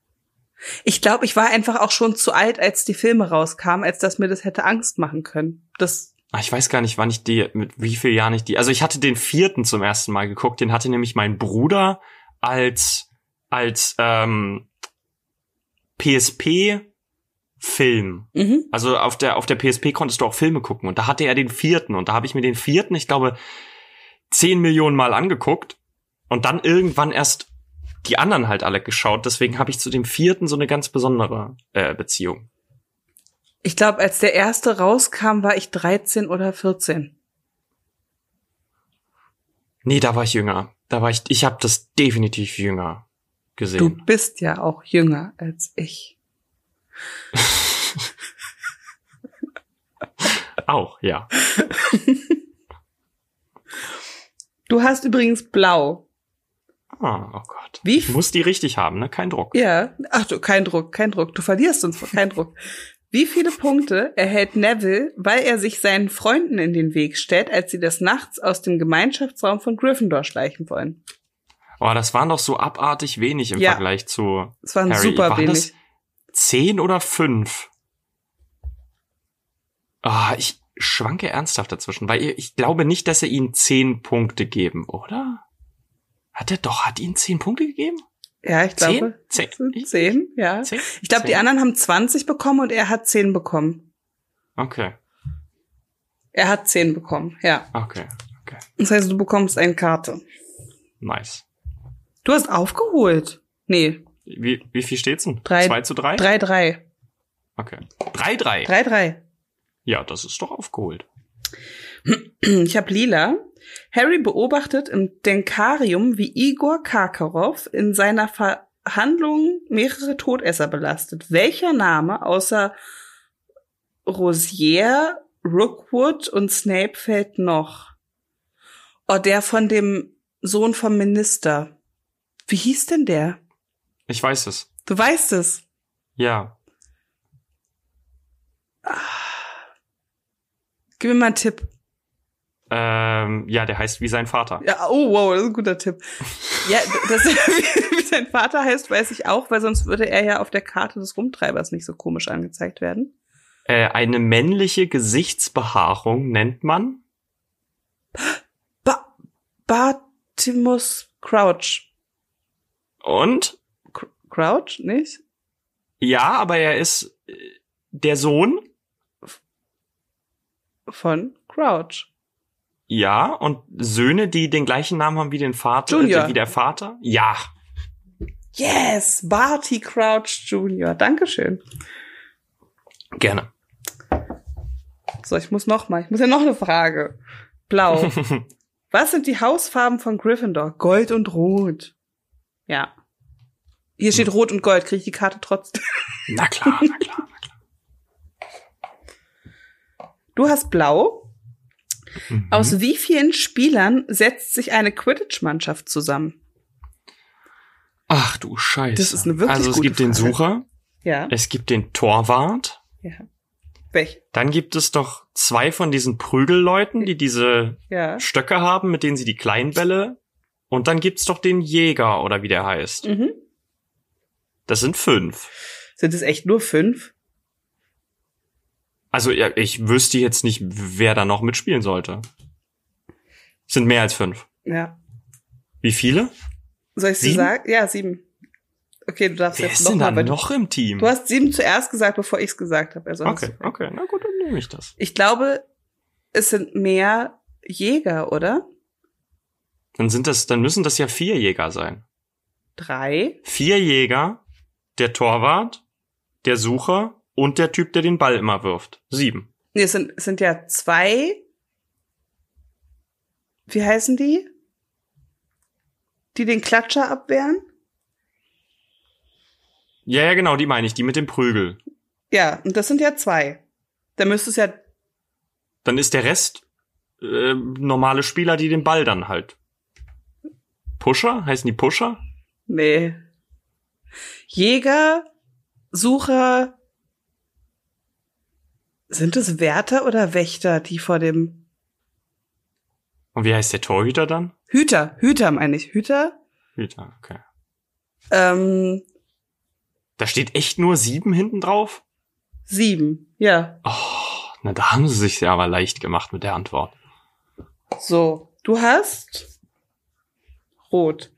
S2: Ich glaube, ich war einfach auch schon zu alt, als die Filme rauskamen, als dass mir das hätte Angst machen können. Das
S1: Ah, Ich weiß gar nicht, wann ich die, mit wie viel Jahren ich die, also ich hatte den vierten zum ersten Mal geguckt, den hatte nämlich mein Bruder als, als, ähm, PSP-Film.
S2: mhm.
S1: Also auf der, auf der PSP konntest du auch Filme gucken und da hatte er den vierten und da habe ich mir den vierten, ich glaube, zehn Millionen Mal angeguckt und dann irgendwann erst die anderen halt alle geschaut. Deswegen habe ich zu dem vierten so eine ganz besondere äh, Beziehung.
S2: Ich glaube, als der erste rauskam, war ich 13 oder 14.
S1: Nee, da war ich jünger. Da war ich, ich habe das definitiv jünger
S2: Du
S1: gesehen.
S2: bist ja auch jünger als ich.
S1: Auch, ja.
S2: Du hast übrigens blau.
S1: Ah, oh Gott.
S2: Wie
S1: Ich muss die richtig haben, ne? Kein Druck.
S2: Ja, ach du, kein Druck, kein Druck. Du verlierst uns, kein Druck. Wie viele Punkte erhält Neville, weil er sich seinen Freunden in den Weg stellt, als sie des Nachts aus dem Gemeinschaftsraum von Gryffindor schleichen wollen?
S1: Oh, das waren doch so abartig wenig im
S2: Ja.
S1: Vergleich zu
S2: Es waren
S1: Harry.
S2: super
S1: waren
S2: wenig.
S1: das zehn oder fünf? Ah, ich schwanke ernsthaft dazwischen, weil ich glaube nicht, dass er ihm zehn Punkte geben, oder? Hat er doch, hat ihn zehn Punkte gegeben?
S2: Ja, ich
S1: Zehn?
S2: glaube.
S1: Zehn?
S2: Zehn, ja.
S1: Zehn?
S2: Ich glaube, die
S1: Zehn?
S2: anderen haben 20 bekommen und er hat 10 bekommen.
S1: Okay,
S2: Er hat 10 bekommen, ja.
S1: okay,
S2: Das heißt, du bekommst eine Karte.
S1: nice.
S2: Du hast aufgeholt. Nee,
S1: Wie, wie viel steht's denn?
S2: Drei-
S1: Zwei zu drei?
S2: 3-3.
S1: Okay. Drei, drei.
S2: 3-3.
S1: Ja, das ist doch aufgeholt.
S2: Hm, Ich habe lila. Harry beobachtet im Denkarium, wie Igor Karkarow in seiner Verhandlung mehrere Todesser belastet. Welcher Name außer Rosier, Rookwood und Snape fällt noch? Oh, der von dem Sohn vom Minister. Wie hieß denn der?
S1: Ich weiß es.
S2: Du weißt es.
S1: Ja.
S2: Gib mir mal einen Tipp.
S1: Ähm, ja, der heißt wie sein Vater.
S2: Ja, oh wow, das ist ein guter Tipp. Ja, dass er wie, wie sein Vater heißt, weiß ich auch, weil sonst würde er ja auf der Karte des Rumtreibers nicht so komisch angezeigt werden.
S1: Äh, eine männliche Gesichtsbehaarung nennt man
S2: Ba Bartimus Crouch.
S1: und
S2: Cr Crouch, nicht?
S1: Ja, aber er ist äh, der Sohn.
S2: Von Crouch.
S1: Ja, und Söhne, die den gleichen Namen haben wie den Vater,
S2: Junior.
S1: äh, wie der Vater. Ja,
S2: Yes, Barty Crouch Junior. Dankeschön.
S1: gerne.
S2: So, ich muss noch mal. Ich muss ja noch eine Frage. Blau. Was sind die Hausfarben von Gryffindor? Gold und Rot. Ja. Hier steht Rot und Gold. Kriege ich die Karte trotzdem?
S1: na klar, na klar. na klar.
S2: Du hast blau.
S1: Mhm.
S2: Aus wie vielen Spielern setzt sich eine Quidditch-Mannschaft zusammen?
S1: Ach du Scheiße.
S2: Das ist eine wirklich
S1: also es
S2: gute
S1: gibt den
S2: Frage.
S1: Sucher,
S2: Ja.
S1: es gibt den Torwart,
S2: ja. Welch?
S1: dann gibt es doch zwei von diesen Prügelleuten, die diese
S2: Ja.
S1: Stöcke haben, mit denen sie die Kleinbälle. Und dann gibt's doch den Jäger oder wie der heißt.
S2: Mhm.
S1: Das sind fünf.
S2: Sind es echt nur fünf?
S1: Also ja, ich wüsste jetzt nicht, wer da noch mitspielen sollte. Es sind mehr als fünf.
S2: Ja.
S1: Wie viele?
S2: Soll ich dir
S1: Sieben?
S2: sagen? Ja, sieben. Okay, du darfst
S1: Wer
S2: jetzt
S1: ist
S2: noch
S1: denn
S2: mal.
S1: da
S2: weil du-
S1: noch im Team?
S2: Du hast sieben zuerst gesagt, bevor ich es gesagt habe. Also hast
S1: okay,
S2: du-
S1: okay, na gut, dann nehme ich das.
S2: Ich glaube, es sind mehr Jäger, oder?
S1: Dann sind das, dann müssen das ja vier Jäger sein.
S2: Drei.
S1: Vier Jäger, der Torwart, der Sucher und der Typ, der den Ball immer wirft. Sieben.
S2: Nee, es sind, es sind ja zwei. Wie heißen die? Die den Klatscher abwehren?
S1: Ja, ja, genau, die meine ich, die mit dem Prügel.
S2: Ja, und das sind ja zwei. Da müsste es ja,
S1: Dann ist der Rest äh, normale Spieler, die den Ball dann halt. Pusher? Heißen die Pusher?
S2: nee. Jäger, Sucher, sind es Wärter oder Wächter, die vor dem
S1: Und wie heißt der Torhüter dann?
S2: Hüter, Hüter meine ich, Hüter,
S1: Hüter, okay.
S2: ähm,
S1: Da steht echt nur sieben hinten drauf?
S2: sieben, ja,
S1: Oh, na, da haben sie sich ja aber leicht gemacht mit der Antwort.
S2: so. Du hast rot.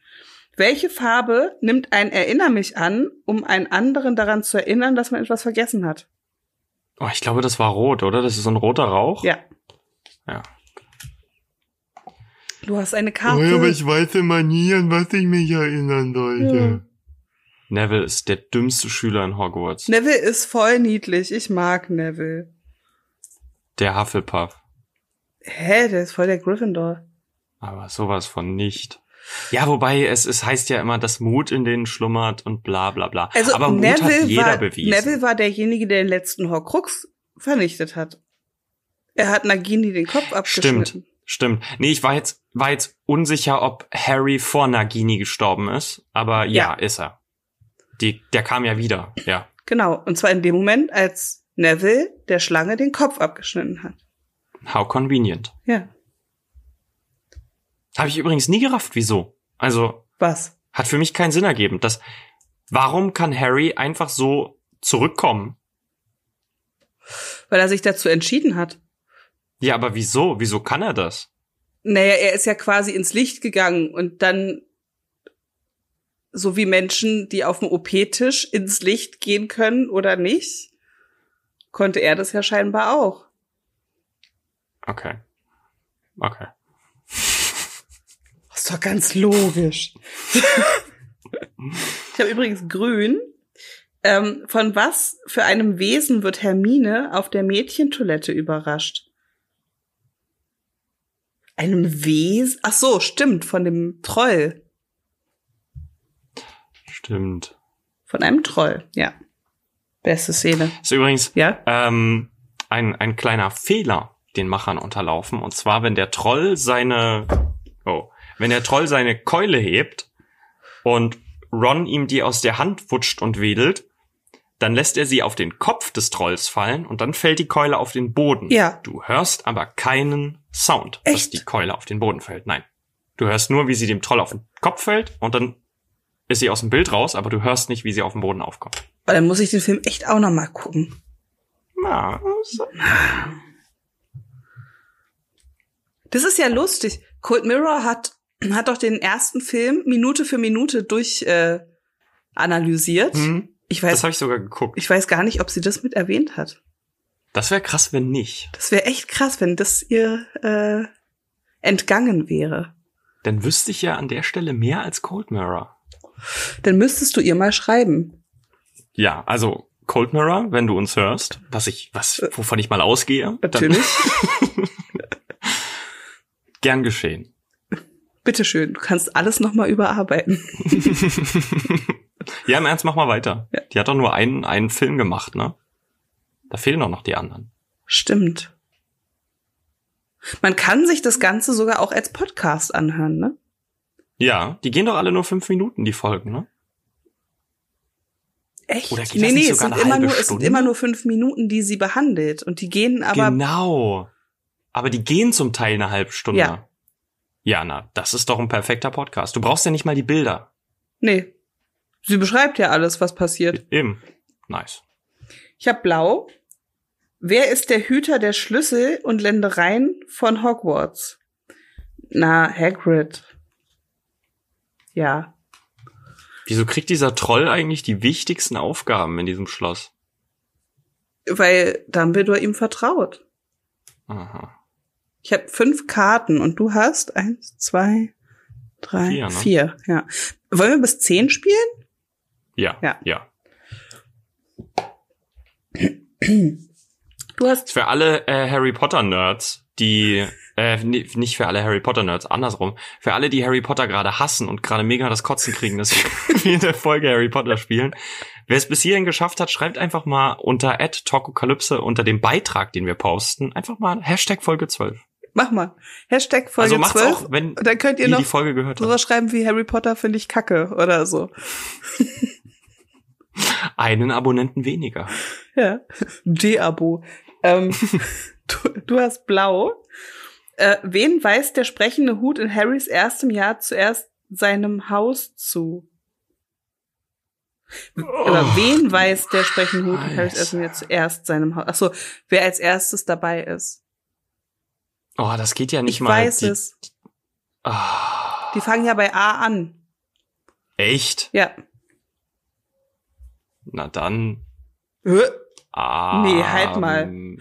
S2: Welche Farbe nimmt ein Erinner mich an, um einen anderen daran zu erinnern, dass man etwas vergessen hat?
S1: Oh, ich glaube, das war rot, oder? Das ist so ein roter Rauch.
S2: Ja.
S1: Ja.
S2: Du du hast eine Karte.
S3: Oh ja, aber ich weiß immer nie, an was ich mich erinnern sollte.
S1: Neville ist der dümmste Schüler in Hogwarts.
S2: Neville ist voll niedlich. Ich mag Neville.
S1: der Hufflepuff.
S2: Hä, der ist voll der Gryffindor.
S1: Aber sowas von nicht. Ja, wobei es, es heißt ja immer, dass Mut in denen schlummert und bla bla bla.
S2: Also
S1: aber Mut
S2: Neville,
S1: hat jeder
S2: war,
S1: bewiesen.
S2: Neville war derjenige, der den letzten Horcrux vernichtet hat. Er hat Nagini den Kopf abgeschnitten.
S1: Stimmt. Stimmt. Nee, ich war jetzt, war jetzt unsicher, ob Harry vor Nagini gestorben ist, aber ja,
S2: Ja.
S1: ist er. Die, der kam ja wieder, ja.
S2: Genau. Und zwar in dem Moment, als Neville der Schlange den Kopf abgeschnitten hat.
S1: How convenient.
S2: Ja.
S1: Habe ich übrigens nie gerafft, wieso. Also,
S2: Was?
S1: hat für mich keinen Sinn ergeben. Das, warum kann Harry einfach so zurückkommen?
S2: Weil er sich dazu entschieden hat.
S1: Ja, aber wieso? Wieso kann er das?
S2: Naja, er ist ja quasi ins Licht gegangen und dann so wie Menschen, die auf dem OP-Tisch ins Licht gehen können oder nicht, konnte er das ja scheinbar auch.
S1: Okay. Okay.
S2: Das ist doch ganz logisch. ich habe übrigens grün. Ähm, von was für einem Wesen wird Hermine auf der Mädchentoilette überrascht? Einem Wesen? Ach so, stimmt, von dem Troll.
S1: Stimmt.
S2: Von einem Troll, ja. Beste Szene.
S1: Ist übrigens
S2: Ja?
S1: ähm, ein, ein kleiner Fehler den Machern unterlaufen. Und zwar, wenn der Troll seine, oh, wenn der Troll seine Keule hebt und Ron ihm die aus der Hand wutscht und wedelt, dann lässt er sie auf den Kopf des Trolls fallen und dann fällt die Keule auf den Boden.
S2: Ja.
S1: Du hörst aber keinen Sound, dass
S2: Echt?
S1: die Keule auf den Boden fällt. Nein. Du hörst nur, wie sie dem Troll auf den Kopf fällt und dann ist sie aus dem Bild raus, aber du hörst nicht, wie sie auf dem Boden aufkommt.
S2: Aber dann muss ich den Film echt auch noch mal gucken.
S1: Na, so.
S2: Das ist ja lustig. Cold Mirror hat, hat doch den ersten Film Minute für Minute durch äh, analysiert.
S1: Hm.
S2: Ich
S1: Das
S2: weiß
S1: habe ich sogar geguckt.
S2: Ich weiß gar nicht, ob sie das mit erwähnt hat.
S1: Das wäre krass, wenn nicht.
S2: Das wäre echt krass, wenn das ihr äh, entgangen wäre.
S1: Dann wüsste ich ja an der Stelle mehr als Cold Mirror.
S2: Dann müsstest du ihr mal schreiben.
S1: Ja, also Cold Mirror, wenn du uns hörst, was ich, was, Äh, wovon ich mal ausgehe, dann
S2: Natürlich.
S1: gern geschehen.
S2: Bitteschön, du kannst alles nochmal überarbeiten.
S1: Ja, im Ernst, mach mal weiter.
S2: Ja.
S1: Die hat doch nur einen, einen Film gemacht, ne? Da fehlen doch noch die anderen.
S2: Stimmt. Man kann sich das Ganze sogar auch als Podcast anhören, ne?
S1: Ja, die gehen doch alle nur fünf Minuten, die Folgen, ne?
S2: Echt?
S1: Oder geht das nicht
S2: es
S1: sogar
S2: sind,
S1: eine
S2: immer
S1: halbe
S2: nur, es sind
S1: Stunde?
S2: immer nur fünf Minuten, die sie behandelt. Und die gehen aber.
S1: genau. Aber die gehen zum Teil eine halbe Stunde.
S2: Ja.
S1: ja, na, das ist doch ein perfekter Podcast. Du brauchst ja nicht mal die Bilder.
S2: Nee. Sie beschreibt ja alles, was passiert.
S1: Eben. Nice.
S2: Ich habe blau. Wer ist der Hüter der Schlüssel und Ländereien von Hogwarts? Na, Hagrid. Ja.
S1: Wieso kriegt dieser Troll eigentlich die wichtigsten Aufgaben in diesem Schloss?
S2: Weil Dumbledore ihm vertraut.
S1: Aha.
S2: Ich habe fünf Karten und du hast eins, zwei, drei,
S1: Vier, ne?
S2: vier. Ja. Wollen wir bis zehn spielen?
S1: Ja, ja.
S2: Ja.
S1: ja.
S2: Du hast
S1: Ist für alle äh, Harry Potter Nerds, die äh, nee, nicht für alle Harry Potter Nerds, andersrum, für alle, die Harry Potter gerade hassen und gerade mega das Kotzen kriegen, dass wir in der Folge Harry Potter spielen. Wer es bis hierhin geschafft hat, schreibt einfach mal unter @tokokalypse unter dem Beitrag, den wir posten, einfach mal Hashtag Folge 12.
S2: mach mal. Hashtag Folge
S1: also macht's
S2: 12.
S1: auch, wenn
S2: Und dann könnt ihr
S1: ihr die
S2: noch
S1: Folge gehört habt.
S2: sowas schreiben wie Harry Potter finde ich kacke oder so.
S1: Einen Abonnenten weniger.
S2: Ja, D-Abo. Ähm, du, du hast blau. Äh, wen weist der sprechende Hut in Harrys erstem Jahr zuerst seinem Haus zu? Oder
S1: Oh.
S2: wen weist der sprechende Hut in Harrys
S1: Scheiße.
S2: erstem Jahr zuerst seinem Haus? Achso, wer als erstes dabei ist.
S1: Oh, das geht ja nicht
S2: Ich
S1: mal.
S2: weiß
S1: die,
S2: es.
S1: Ah,
S2: Die fangen ja bei A an.
S1: echt?
S2: Ja.
S1: Na dann.
S2: Hä?
S1: Ah,
S2: Nee, halt mal.
S1: ähm,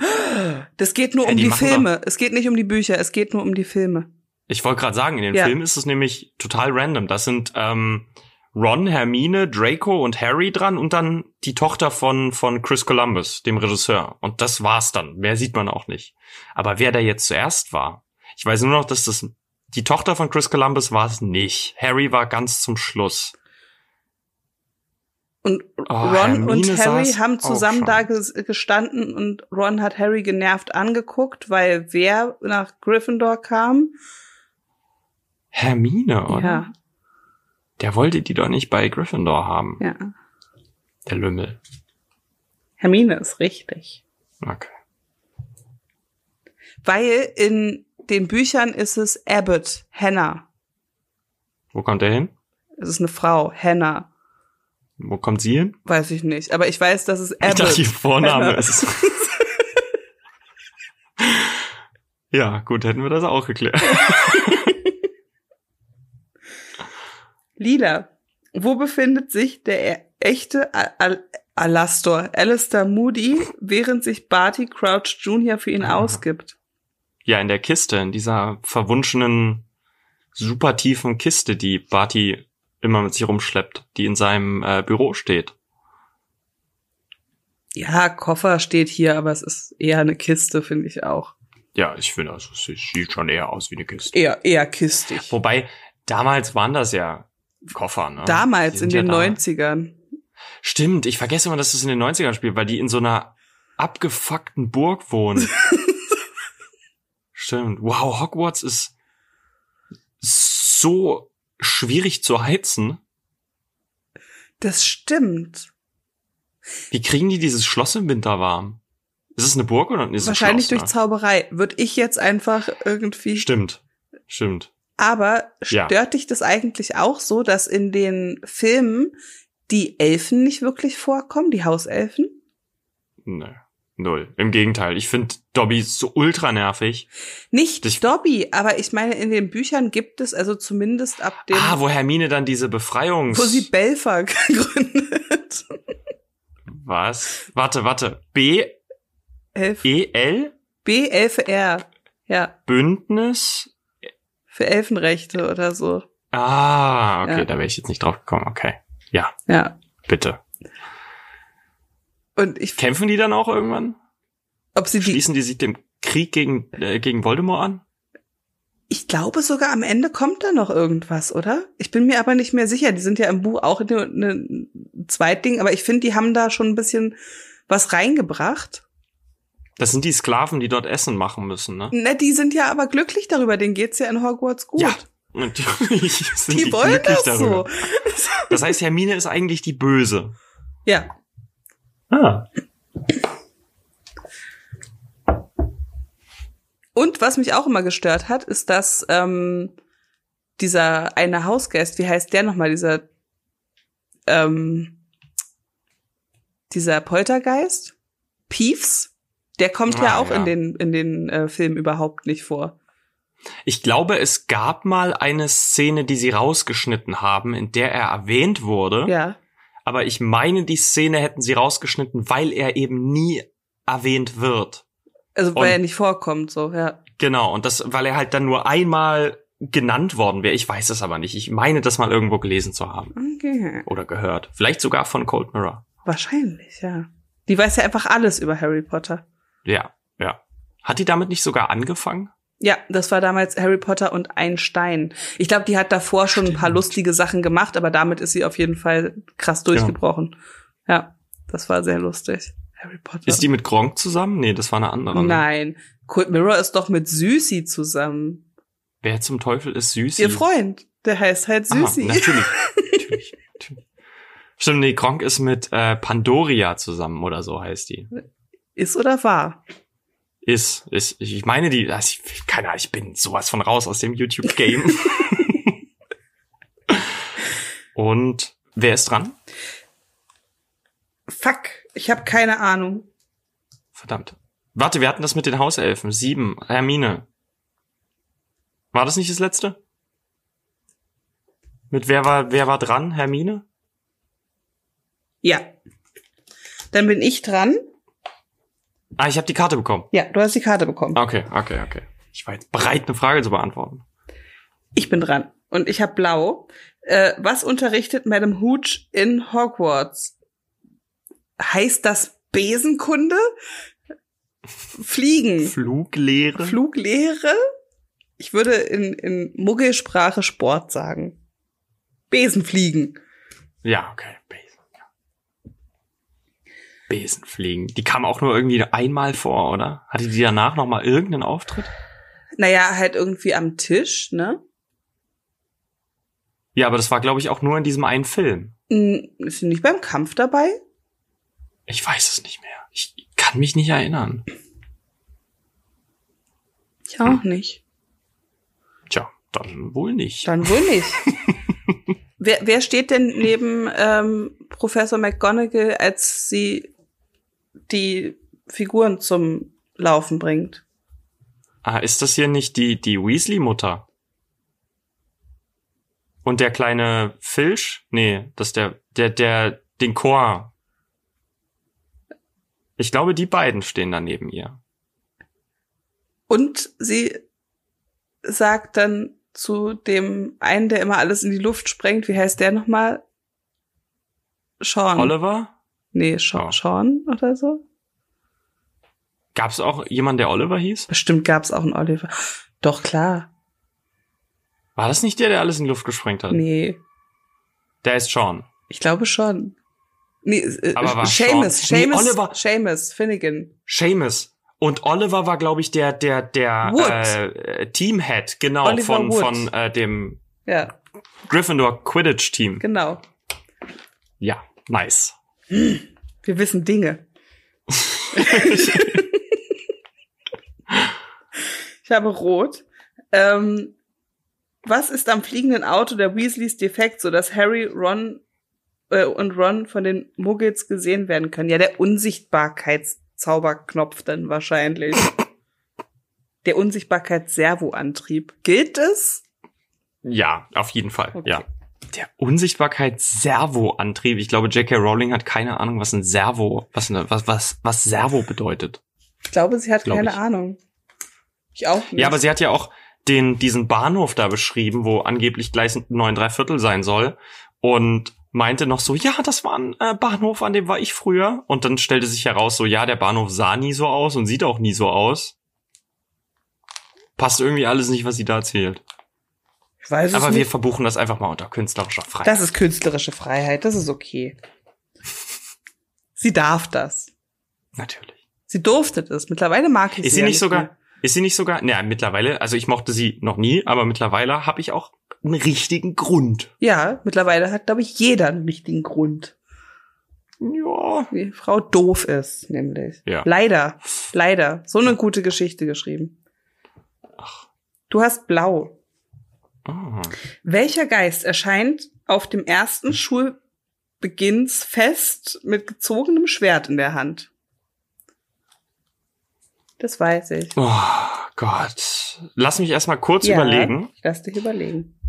S2: Das geht nur
S1: Ja,
S2: um
S1: die
S2: die
S1: machen
S2: Filme. Es geht nicht um die Bücher, es geht nur um die Filme.
S1: Ich wollte gerade sagen, in den
S2: Ja.
S1: Filmen ist es nämlich total random. Das sind ähm, Ron, Hermine, Draco und Harry dran und dann die Tochter von, von Chris Columbus, dem Regisseur. Und das war's dann. Mehr sieht man auch nicht. Aber wer da jetzt zuerst war, ich weiß nur noch, dass das die Tochter von Chris Columbus war es nicht. Harry war ganz zum Schluss.
S2: Und
S1: Oh,
S2: Ron
S1: Hermine
S2: und Harry
S1: saß
S2: haben
S1: auch
S2: zusammen
S1: schon.
S2: da ges- gestanden und Ron hat Harry genervt angeguckt, weil wer nach Gryffindor kam.
S1: Hermine, oder?
S2: Ja,
S1: Der wollte die doch nicht bei Gryffindor haben.
S2: ja.
S1: Der Lümmel.
S2: Hermine ist richtig.
S1: Okay.
S2: Weil in den Büchern ist es Abbott, Hannah.
S1: Wo kommt er hin?
S2: Es ist eine Frau, Hannah.
S1: Wo kommt sie hin?
S2: Weiß ich nicht. Aber ich weiß, dass es
S1: Ich
S2: Abbott.
S1: dachte, ihr Vorname
S2: Hannah.
S1: ist. ja, gut, hätten wir das auch geklärt.
S2: Lila. Wo befindet sich der e- echte Al Al Alastor, Alistair Moody, während sich Barty Crouch Jr. für ihn
S1: Ah.
S2: ausgibt?
S1: Ja, in der Kiste, in dieser verwunschenen, super tiefen Kiste, die Barty immer mit sich rumschleppt, die in seinem äh, Büro steht.
S2: Ja, Koffer steht hier, aber es ist eher eine Kiste, finde ich auch.
S1: Ja, ich finde, also, sie sieht schon eher aus wie eine Kiste.
S2: Eher, eher kistig.
S1: Wobei, damals waren das ja Koffer, ne? Die
S2: Damals, in
S1: sind
S2: den
S1: ja damals-
S2: 90ern.
S1: Stimmt, ich vergesse immer, dass es in den 90ern spielt, weil die in so einer abgefuckten Burg wohnen. Stimmt. Wow, Hogwarts ist so schwierig zu heizen.
S2: Das stimmt.
S1: Wie kriegen die dieses Schloss im Winter warm? Ist es eine Burg oder ist es ein
S2: Wahrscheinlich durch
S1: Schloss,
S2: Zauberei. Würde ich jetzt einfach
S1: ne?
S2: irgendwie.
S1: Stimmt. Stimmt.
S2: Aber
S1: Ja.
S2: stört dich das eigentlich auch so, dass in den Filmen die Elfen nicht wirklich vorkommen, die Hauselfen?
S1: Nö. Null. Im Gegenteil. Ich finde Dobby so ultra nervig.
S2: Nicht
S1: Ich-
S2: Dobby, aber ich meine, in den Büchern gibt es also zumindest ab dem,
S1: ah, wo Hermine dann diese Befreiungs...
S2: wo sie Belfer gründet.
S1: Was? Warte, warte. B-E-L?
S2: Elf,
S1: E-
S2: B, Elfe R. Ja,
S1: Bündnis?
S2: für Elfenrechte oder so.
S1: Ah, okay,
S2: Ja.
S1: da wäre ich jetzt nicht drauf gekommen. Okay,
S2: Ja.
S1: bitte.
S2: Und ich,
S1: Kämpfen die dann auch irgendwann?
S2: ob sie die,
S1: Schließen die sich dem Krieg gegen, äh, gegen Voldemort an?
S2: ich glaube sogar am Ende kommt da noch irgendwas, oder? Ich bin mir aber nicht mehr sicher. Die sind ja im Buch auch nur ein Zweitding, aber ich finde, die haben da schon ein bisschen was reingebracht.
S1: Das sind die Sklaven, die dort Essen machen müssen, ne?
S2: Ne, die sind ja aber glücklich darüber. Denen geht's ja in Hogwarts gut.
S1: Ja, Natürlich sind
S2: die, wollen
S1: glücklich
S2: das
S1: darüber.
S2: so.
S1: Das heißt, Hermine ist eigentlich die Böse.
S2: Ja,
S1: Ah.
S2: Und was mich auch immer gestört hat, ist, dass ähm, dieser eine Hausgeist, wie heißt der nochmal, dieser ähm, dieser Poltergeist, Peeves, der kommt ja
S1: Ah,
S2: auch
S1: ja.
S2: in den in den äh, Filmen überhaupt nicht vor.
S1: Ich glaube, es gab mal eine Szene, die sie rausgeschnitten haben, in der er erwähnt wurde.
S2: Ja,
S1: Aber ich meine, die Szene hätten sie rausgeschnitten, weil er eben nie erwähnt wird.
S2: also weil
S1: Und-
S2: er nicht vorkommt, so ja.
S1: Genau, und das, weil er halt dann nur einmal genannt worden wäre. Ich weiß es aber nicht. Ich meine, das mal irgendwo gelesen zu haben.
S2: Okay.
S1: Oder gehört. Vielleicht sogar von Cold Mirror.
S2: Wahrscheinlich, ja. Die weiß ja einfach alles über Harry Potter.
S1: Ja, ja. Hat die damit nicht sogar angefangen?
S2: Ja, das war damals Harry Potter und ein Stein. Ich glaube, die hat davor schon ein paar
S1: Stimmt. Genau.
S2: lustige Sachen gemacht, aber damit ist sie auf jeden Fall krass durchgebrochen. Ja, das war sehr lustig. Harry Potter.
S1: Ist die mit Gronk zusammen? Nee, das war eine andere. ne?
S2: Nein. Cold Mirror ist doch mit Süßi zusammen.
S1: Wer zum Teufel ist Süßi?
S2: Ihr Freund, der heißt halt
S1: Aha, ne.
S2: Süßi.
S1: natürlich. natürlich. natürlich. Stimmt, nee, Gronk ist mit äh, Pandoria zusammen oder so heißt die.
S2: ist oder war?
S1: Ist, ist, ich meine die, also ich, keine Ahnung, ich bin sowas von raus aus dem YouTube-Game. Und wer ist dran?
S2: Fuck, ich habe keine Ahnung.
S1: Verdammt. Warte, wir hatten das mit den Hauselfen. Sieben, Hermine. War das nicht das letzte? Mit wer war, wer war dran? Hermine?
S2: Ja. Dann bin ich dran.
S1: Ah, ich habe die Karte bekommen.
S2: Ja, du hast die Karte bekommen.
S1: Okay, okay, okay. Ich war jetzt bereit, eine Frage zu beantworten.
S2: Ich bin dran und ich habe blau. Äh, was unterrichtet Madame Hooch in Hogwarts? Heißt das Besenkunde? Fliegen?
S3: Fluglehre.
S2: Fluglehre? Ich würde in, in Muggelsprache Sport sagen. Besenfliegen.
S1: Ja, okay. Besen. ja. Besenfliegen. Die kam auch nur irgendwie einmal vor, oder? Hatte die danach nochmal irgendeinen Auftritt?
S2: Naja, halt irgendwie am Tisch, ne?
S1: Ja, aber das war, glaube ich, auch nur in diesem einen Film.
S2: Hm, Ist sie nicht beim Kampf dabei?
S1: Ich weiß es nicht mehr. Ich kann mich nicht erinnern.
S2: Ich auch nicht.
S1: Tja, dann wohl nicht.
S2: Dann wohl nicht. wer, wer steht denn neben ähm, Professor McGonagall, als sie die Figuren zum Laufen bringt?
S1: Ah, ist das hier nicht die, die Weasley-Mutter? Und der kleine Filch? Nee, das ist der, der, der, den Chor. Ich glaube, die beiden stehen da neben ihr.
S2: Und sie sagt dann zu dem einen, der immer alles in die Luft sprengt, wie heißt der nochmal? Sean.
S1: Oliver?
S2: Nee, Sean,
S1: Oh.
S2: Sean oder so.
S1: Gab's auch jemanden, der Oliver hieß?
S2: Bestimmt gab's auch einen Oliver. Doch, klar.
S1: War das nicht der, der alles in die Luft gesprengt hat?
S2: Nee,
S1: Der ist Sean.
S2: ich glaube schon. Nee, äh,
S1: Aber war
S2: Seamus,
S1: Sean- Nee,
S2: Seamus,
S1: Oliver-
S2: Seamus, Finnegan.
S1: Seamus. Und Oliver war, glaube ich, der, der, der
S2: Wood.
S1: äh, äh, Teamhead, genau,
S2: Oliver
S1: von,
S2: Wood.
S1: von äh, dem
S2: Ja,
S1: Gryffindor Quidditch Team.
S2: genau.
S1: Ja, nice.
S2: Wir wissen Dinge. ich habe rot. Ähm, was ist am fliegenden Auto der Weasleys defekt, sodass Harry, Ron äh, und Ron von den Muggels gesehen werden können? Ja, der Unsichtbarkeitszauberknopf dann wahrscheinlich. Der Unsichtbarkeitsservoantrieb. Gilt es?
S1: Ja, auf jeden Fall.
S2: Okay.
S1: Ja. Der Unsichtbarkeit Servoantrieb. Ich glaube, J.K. Rowling hat keine Ahnung, was ein Servo, was eine- was was, was Servo bedeutet.
S2: Ich glaube, sie hat
S1: Glaub
S2: keine
S1: ich.
S2: Ahnung. Ich auch nicht.
S1: Ja, aber sie hat ja auch den diesen Bahnhof da beschrieben, wo angeblich gleich neun drei Viertel sein soll und meinte noch so, ja, das war ein äh, Bahnhof, an dem war ich früher. Und dann stellte sich heraus, so ja, der Bahnhof sah nie so aus und sieht auch nie so aus. Passt irgendwie alles nicht, was sie da erzählt.
S2: ich weiß es
S1: Aber
S2: nicht.
S1: wir verbuchen das einfach mal unter künstlerischer Freiheit.
S2: Das ist künstlerische Freiheit, das ist okay. Sie darf das.
S1: Natürlich.
S2: Sie durfte das. Mittlerweile mag ich
S1: Ist
S2: sie
S1: sie
S2: ja
S1: nicht sogar,
S2: mehr.
S1: ist sie nicht sogar, naja, mittlerweile, also ich mochte sie noch nie, aber mittlerweile habe ich auch einen richtigen Grund.
S2: Ja, mittlerweile hat, glaube ich, jeder einen richtigen Grund.
S1: Ja.
S2: Die Frau doof ist, nämlich.
S1: Ja.
S2: Leider, leider. So eine gute Geschichte geschrieben. Du hast blau.
S1: Ah.
S2: Welcher Geist erscheint auf dem ersten Schulbeginnsfest mit gezogenem Schwert in der Hand? Das weiß ich.
S1: Oh Gott. Lass mich erstmal kurz überlegen.
S2: Ich lass dich überlegen.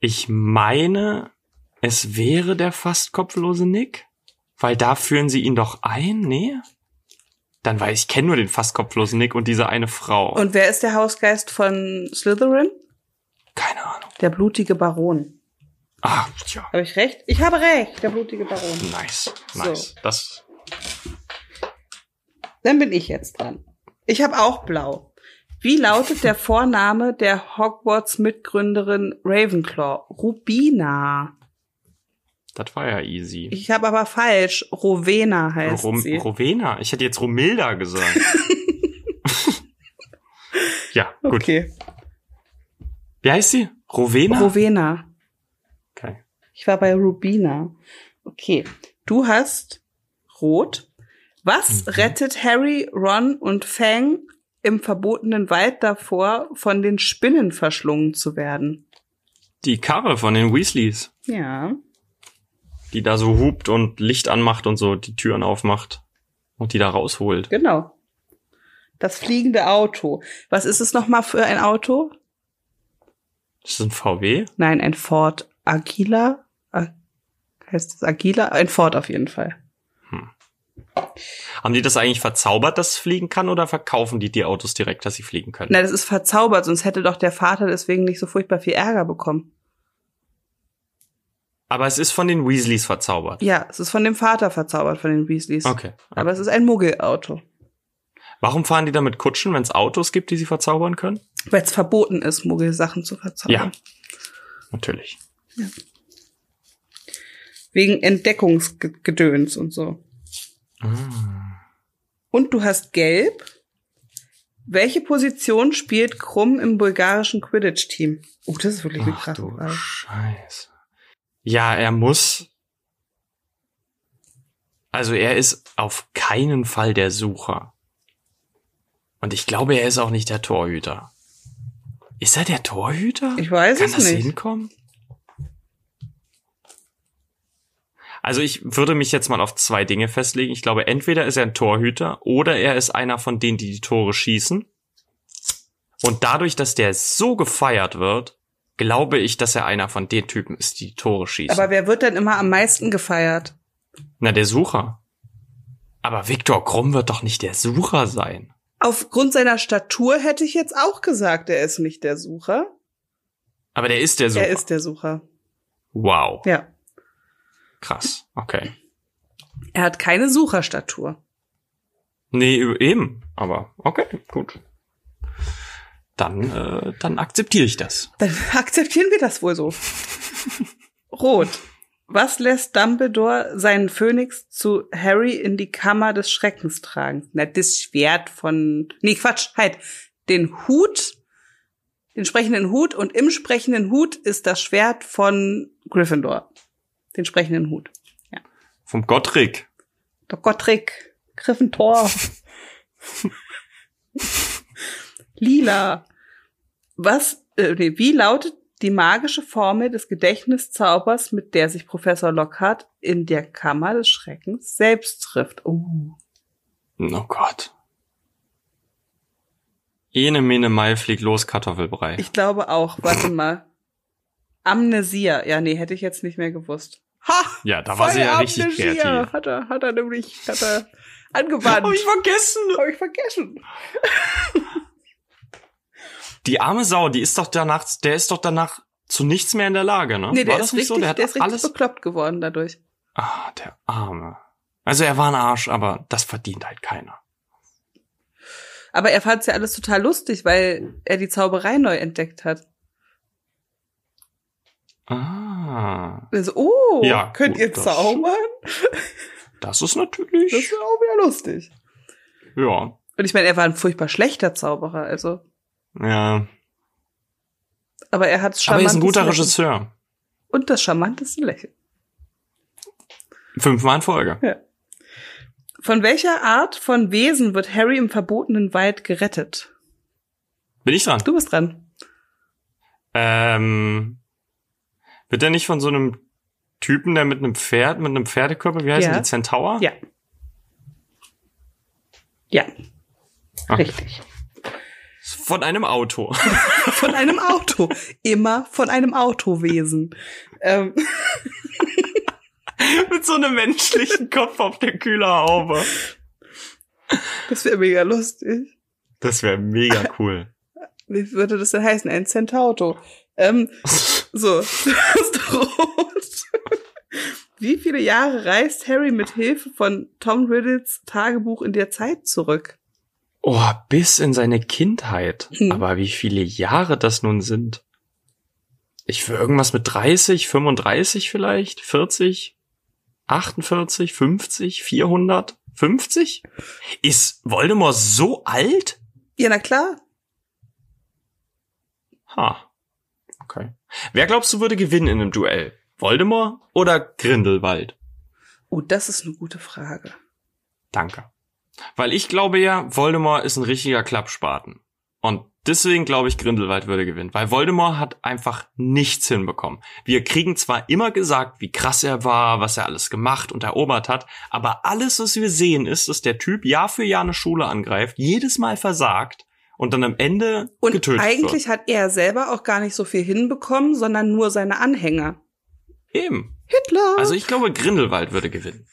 S1: Ich meine, es wäre der fast kopflose Nick, weil da führen sie ihn doch ein, nee? Dann weil ich kenne nur den fast kopflosen Nick und diese eine Frau.
S2: Und wer ist der Hausgeist von Slytherin?
S1: Keine Ahnung.
S2: Der blutige Baron.
S1: Ah, tja.
S2: Habe ich recht? Ich habe recht, der blutige Baron.
S1: Nice, nice. Das
S2: Dann bin ich jetzt dran. Ich habe auch blau. Wie lautet der Vorname der Hogwarts-Mitgründerin Ravenclaw? Rubina.
S1: das war ja easy.
S2: Ich habe aber falsch. Rowena heißt
S1: Rom
S2: sie.
S1: Rowena. Ich hätte jetzt Romilda gesagt. ja, gut.
S2: okay.
S1: Wie heißt sie? Rowena?
S2: Rowena.
S1: okay.
S2: Ich war bei Rubina. Okay. Du hast Rot. Was
S1: Mhm.
S2: rettet Harry, Ron und Fang im verbotenen Wald davor, von den Spinnen verschlungen zu werden?
S1: Die Karre von den Weasleys,
S2: Ja.
S1: die da so hupt und Licht anmacht und so die Türen aufmacht und die da rausholt.
S2: Genau. Das fliegende Auto. Was ist es nochmal für ein Auto?
S1: Ist das ein VW?
S2: Nein, ein Ford Agila. A- Heißt es Agila? Ein Ford auf jeden Fall.
S1: Hm. Haben die das eigentlich verzaubert, dass es fliegen kann, oder verkaufen die die Autos direkt, dass sie fliegen können?
S2: Na, das ist verzaubert, sonst hätte doch der Vater deswegen nicht so furchtbar viel Ärger bekommen.
S1: Aber es ist von den Weasleys verzaubert.
S2: Ja, es ist von dem Vater verzaubert, von den Weasleys.
S1: Okay.
S2: Aber es ist ein Muggelauto,
S1: Warum fahren die damit Kutschen, wenn es Autos gibt, die sie verzaubern können?
S2: weil es verboten ist, Muggelsachen zu verzaubern.
S1: Ja. Natürlich.
S2: Wegen Entdeckungsgedöns und so.
S1: Ah.
S2: Und du hast gelb. Welche Position spielt Krumm im bulgarischen Quidditch-Team? Oh, das ist wirklich eine
S1: Ach
S2: krasse
S1: du
S2: Frage.
S1: Scheiße. Ja, er muss. Also er ist auf keinen Fall der Sucher. Und ich glaube, er ist auch nicht der Torhüter. Ist er der Torhüter?
S2: Ich weiß
S1: Kann
S2: es
S1: das
S2: nicht.
S1: hinkommen? Also ich würde mich jetzt mal auf zwei Dinge festlegen. Ich glaube, entweder ist er ein Torhüter oder er ist einer von denen, die die Tore schießen. Und dadurch, dass der so gefeiert wird, glaube ich, dass er einer von den Typen ist, die die Tore schießen.
S2: Aber wer wird denn immer am meisten gefeiert?
S1: Na, der Sucher. Aber Viktor Krumm wird doch nicht der Sucher sein.
S2: Aufgrund seiner Statur hätte ich jetzt auch gesagt, er ist nicht der Sucher.
S1: Aber der ist der Sucher.
S2: Er ist der Sucher.
S1: wow.
S2: Ja.
S1: Krass. Okay.
S2: Er hat keine Sucherstatur.
S1: Nee, eben. Aber okay, gut. Dann, äh, dann akzeptiere ich das.
S2: Dann akzeptieren wir das wohl so. Rot. Was lässt Dumbledore seinen Phönix zu Harry in die Kammer des Schreckens tragen? Na, das Schwert von. Nee, Quatsch, halt. Den Hut, den sprechenden Hut und im sprechenden Hut ist das Schwert von Gryffindor. Den sprechenden Hut.
S1: Vom Gottrick.
S2: Der Gottrick, Gryffindor. Lila. Was, äh, nee, wie lautet die magische Formel des Gedächtniszaubers, mit der sich Professor Lockhart in der Kammer des Schreckens selbst trifft? Oh.
S1: Oh Gott. Ene Mene Mai fliegt los Kartoffelbrei.
S2: Ich glaube auch, warte mal. Amnesia. Ja, nee, hätte ich jetzt nicht mehr gewusst. Ha!
S1: ja, da war sie ja richtig
S2: Vollamnesia.
S1: kreativ.
S2: Hat er, hat er nämlich, hat er angewandt.
S1: Hab ich vergessen.
S2: Hab ich vergessen.
S1: Die arme Sau, die ist doch danach, der ist doch danach zu nichts mehr in der Lage, ne?
S2: Nee, der
S1: war
S2: ist
S1: das nicht
S2: richtig,
S1: so? Der hat
S2: der ist richtig
S1: alles.
S2: bekloppt geworden dadurch.
S1: Ah, der Arme. Also er war ein Arsch, aber das verdient halt keiner.
S2: Aber er fand es ja alles total lustig,
S1: Hm.
S2: weil er die Zauberei neu entdeckt hat.
S1: Ah,
S2: Also, oh,
S1: Ja,
S2: könnt
S1: gut,
S2: ihr
S1: das-
S2: zaubern?
S1: das ist
S2: Das ist
S1: natürlich.
S2: ja auch wieder lustig.
S1: ja.
S2: Und ich meine, er war ein furchtbar schlechter Zauberer, also.
S1: Ja.
S2: Aber er hat
S1: Aber er ist ein guter
S2: Lächeln.
S1: Regisseur.
S2: Und das charmanteste Lächeln.
S1: Fünfmal in Folge.
S2: Von welcher Art von Wesen wird Harry im verbotenen Wald gerettet?
S1: Bin ich dran?
S2: Du bist dran.
S1: Ähm, wird er nicht von so einem Typen, der mit einem Pferd, mit einem Pferdekörper, wie heißen
S2: Ja.
S1: die, Centaur?
S2: Ja. Ja,
S1: Okay.
S2: richtig.
S1: Von einem Auto.
S2: Von einem Auto. Immer von einem Autowesen. Ähm,
S1: mit so einem menschlichen Kopf auf der Kühlerhaube.
S2: das wäre mega lustig.
S1: Das wäre mega cool.
S2: Wie würde das denn heißen? Ein Centauto. Ähm, so, das ist rot. Wie viele Jahre reist Harry mit Hilfe von Tom Riddles Tagebuch in der Zeit zurück?
S1: Oh, bis in seine Kindheit.
S2: Hm.
S1: Aber wie viele Jahre das nun sind? Ich für irgendwas mit 30, 35 vielleicht, 40, 48, 50, 400, 50? Ist Voldemort so alt?
S2: Ja, na klar.
S1: Ha. Okay. Wer glaubst du würde gewinnen in einem Duell? Voldemort oder Grindelwald?
S2: Oh, das ist eine gute Frage.
S1: Danke. Weil ich glaube ja, Voldemort ist ein richtiger Klappspaten. Und deswegen glaube ich, Grindelwald würde gewinnen. Weil Voldemort hat einfach nichts hinbekommen. Wir kriegen zwar immer gesagt, wie krass er war, was er alles gemacht und erobert hat, aber alles, was wir sehen, ist, dass der Typ Jahr für Jahr eine Schule angreift, jedes Mal versagt und dann am Ende
S2: Und
S1: getötet
S2: eigentlich hat er selber auch gar nicht so viel hinbekommen, sondern nur seine Anhänger.
S1: wird. Eben.
S2: Hitler!
S1: Also ich glaube, Grindelwald würde gewinnen.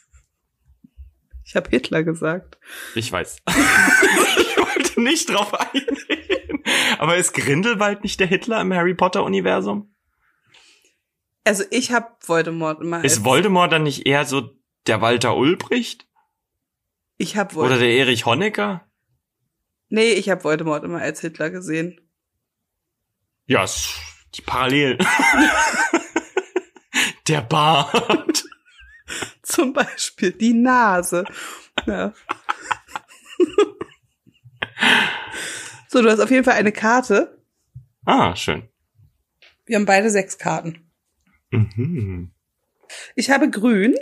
S2: ich Ich habe Hitler gesagt.
S1: Ich weiß. ich wollte nicht drauf eingehen. Aber ist Grindelwald nicht der Hitler im Harry Potter Universum?
S2: Also ich habe Voldemort immer. als-
S1: Ist Voldemort dann nicht eher so der Walter Ulbricht
S2: ich habe
S1: oder
S2: Voldemort.
S1: der Erich Honecker?
S2: Nee, ich habe Voldemort immer als Hitler gesehen.
S1: Ja, es- die Parallelen. der Bart.
S2: Zum Beispiel die Nase. Ja. so, du hast auf jeden Fall eine Karte.
S1: Ah, schön.
S2: Wir haben beide sechs Karten.
S1: Mhm.
S2: Ich habe grün.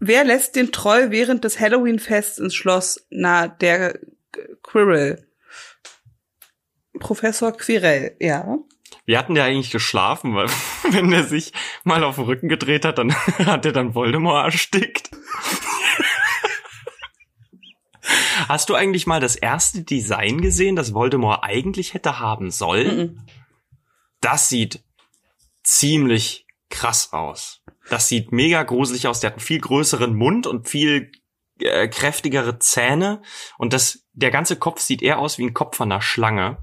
S2: Wer lässt den Troll während des Halloween-Fests ins Schloss? Na, der Quirrell. Professor Quirrell, ja.
S1: Wir hatten ja eigentlich geschlafen, weil wenn er sich mal auf den Rücken gedreht hat, dann hat er dann Voldemort erstickt. Hast du eigentlich mal das erste Design gesehen, das Voldemort eigentlich hätte haben sollen?
S2: Mhm.
S1: Das sieht ziemlich krass aus. Das sieht mega gruselig aus. Der hat einen viel größeren Mund und viel äh, kräftigere Zähne. Und das, der ganze Kopf sieht eher aus wie ein Kopf von einer Schlange.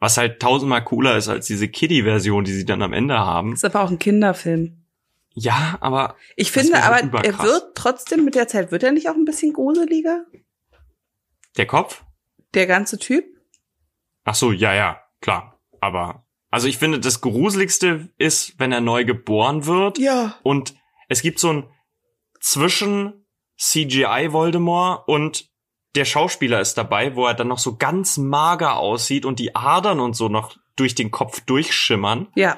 S1: Was halt tausendmal cooler ist als diese Kiddie-Version, die sie dann am Ende haben.
S2: Ist aber auch ein Kinderfilm.
S1: Ja, aber
S2: Ich
S1: Das
S2: finde
S1: wäre
S2: aber, er
S1: überkrass.
S2: wird trotzdem mit der Zeit, wird er nicht auch ein bisschen gruseliger?
S1: der Kopf?
S2: Der ganze Typ?
S1: Ach so, ja, ja, klar. Aber, also ich finde, das Gruseligste ist, wenn er neu geboren wird.
S2: Ja.
S1: Und es gibt so ein zwischen CGI Voldemort und der Schauspieler ist dabei, wo er dann noch so ganz mager aussieht und die Adern und so noch durch den Kopf durchschimmern.
S2: Ja.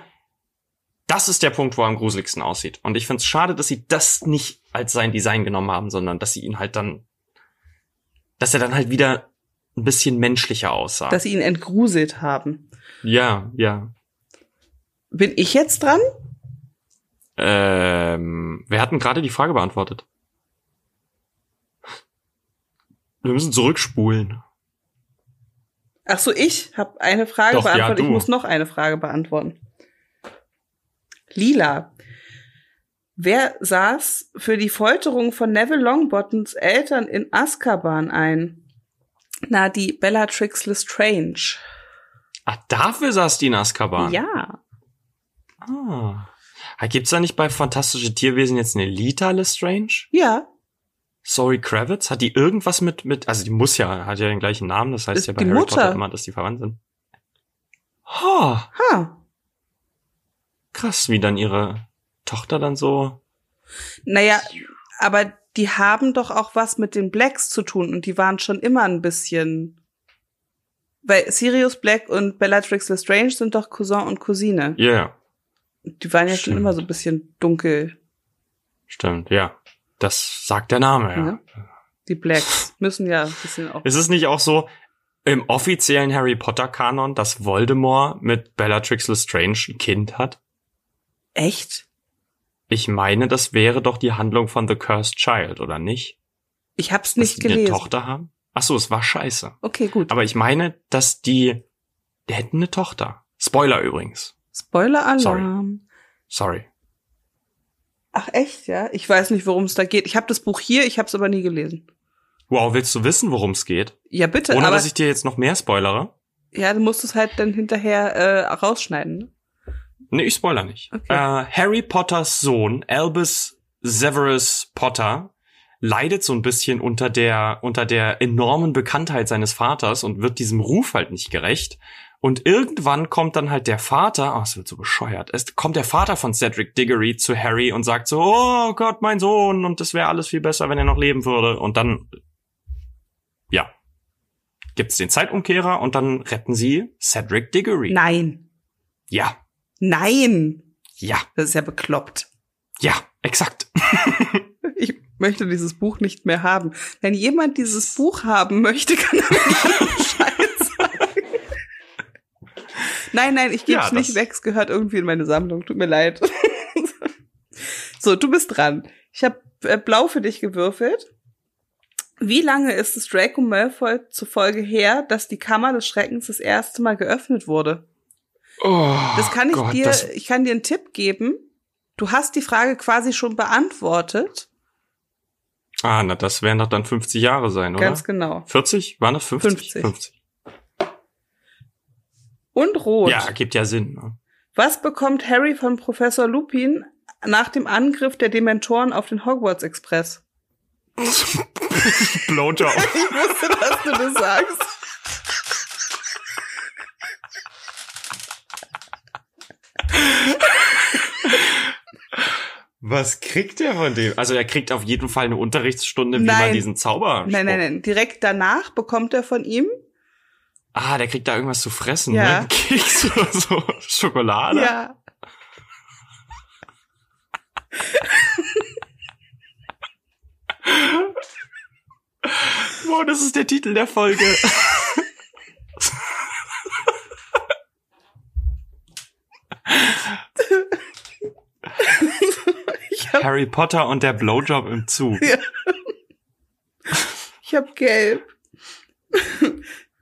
S1: Das ist der Punkt, wo er am gruseligsten aussieht. Und ich finde es schade, dass sie das nicht als sein Design genommen haben, sondern dass sie ihn halt dann, dass er dann halt wieder ein bisschen menschlicher aussah.
S2: Dass sie ihn entgruselt haben.
S1: ja, ja.
S2: Bin ich jetzt dran?
S1: Ähm, wir hatten gerade die Frage beantwortet. Wir müssen zurückspulen.
S2: Ach so, ich habe eine Frage
S1: Doch, ja,
S2: beantwortet. ich
S1: du.
S2: muss noch eine Frage beantworten. Lila. Wer saß für die Folterung von Neville Longbottoms Eltern in Azkaban ein? Na, die Bellatrix Lestrange.
S1: Ah, dafür saß die in Azkaban.
S2: Ja.
S1: Ah. Ah, Gibt's da nicht bei Fantastische Tierwesen jetzt eine Lita Lestrange?
S2: Ja.
S1: Sorry Kravitz? Hat die irgendwas mit, mit, also die muss ja, hat ja den gleichen Namen, das heißt
S2: Ist
S1: ja bei
S2: die
S1: Harry
S2: Mutter.
S1: Potter immer, dass die verwandt sind. Ha,
S2: Ha.
S1: krass, wie dann ihre Tochter dann so,
S2: Naja, aber die haben doch auch was mit den Blacks zu tun und die waren schon immer ein bisschen. Weil Sirius Black und Bellatrix Lestrange sind doch Cousin und Cousine.
S1: ja, yeah,
S2: Die waren ja schon
S1: Stimmt.
S2: immer so ein bisschen dunkel,
S1: stimmt, ja. Das sagt der Name, ja.
S2: Ja. ne? die Blacks. Müssen ja ein bisschen auch.
S1: Ist es nicht auch so im offiziellen Harry Potter Kanon, dass Voldemort mit Bellatrix Lestrange ein Kind hat?
S2: Echt?
S1: Ich meine, das wäre doch die Handlung von The Cursed Child, oder nicht?
S2: Ich hab's
S1: Dass
S2: nicht
S1: die
S2: gelesen.
S1: eine Tochter haben? Ach so, es war scheiße.
S2: Okay, gut.
S1: Aber ich meine, dass die, die hätten eine Tochter. Spoiler übrigens.
S2: Spoiler-Alarm.
S1: Sorry.
S2: Ach echt, ja? Ich weiß nicht, worum es da geht. Ich habe das Buch hier, ich hab's aber nie gelesen.
S1: Wow, willst du wissen, worum es geht?
S2: Ja, bitte,
S1: Ohne
S2: aber
S1: dass ich dir jetzt noch mehr spoilere?
S2: ja, du musst es halt dann hinterher äh, rausschneiden. ne?
S1: Nee, ich spoiler nicht.
S2: Okay.
S1: Äh, Harry Potters Sohn, Albus Severus Potter, leidet so ein bisschen unter der, unter der enormen Bekanntheit seines Vaters und wird diesem Ruf halt nicht gerecht. Und irgendwann kommt dann halt der Vater, ah, es wird so bescheuert, es kommt der Vater von Cedric Diggory zu Harry und sagt so, oh Gott, mein Sohn, und das wäre alles viel besser, wenn er noch leben würde. Und dann, ja, gibt's den Zeitumkehrer und dann retten sie Cedric Diggory.
S2: Nein.
S1: Ja,
S2: Nein.
S1: ja.
S2: Das ist ja bekloppt.
S1: Ja, exakt.
S2: Ich möchte dieses Buch nicht mehr haben. Wenn jemand dieses Buch haben möchte, kann er mir Scheiß sagen. Nein, nein, ich gebe
S1: Ja,
S2: es nicht
S1: das-
S2: weg. Es gehört irgendwie in meine Sammlung. Tut mir leid. so, du bist dran. Ich habe äh, blau für dich gewürfelt. Wie lange ist es Draco Malfoy zufolge her, dass die Kammer des Schreckens das erste Mal geöffnet wurde?
S1: Oh,
S2: Das kann ich
S1: Gott,
S2: dir,
S1: das-
S2: ich kann dir einen Tipp geben. Du hast die Frage quasi schon beantwortet.
S1: Ah, na, das wären doch dann 50 Jahre sein, oder?
S2: Ganz genau.
S1: 40? Waren das 50?
S2: 50. Und rot.
S1: Ja, gibt ja Sinn. Ne?
S2: Was bekommt Harry von Professor Lupin nach dem Angriff der Dementoren auf den Hogwarts Express?
S1: Blowjob.
S2: Ich wusste, dass du das sagst.
S1: Was kriegt er von dem? Also er kriegt auf jeden Fall eine Unterrichtsstunde, wie man
S2: Nein.
S1: diesen Zauber.
S2: Nein, nein, nein. Direkt danach bekommt er von ihm.
S1: Ah, der kriegt da irgendwas zu fressen,
S2: Ja.
S1: ne? Keks oder so. Schokolade.
S2: Ja.
S1: Wow, das ist der Titel der Folge.
S2: Ich hab,
S1: Harry Potter und der Blowjob im Zug.
S2: Ja. ich hab gelb.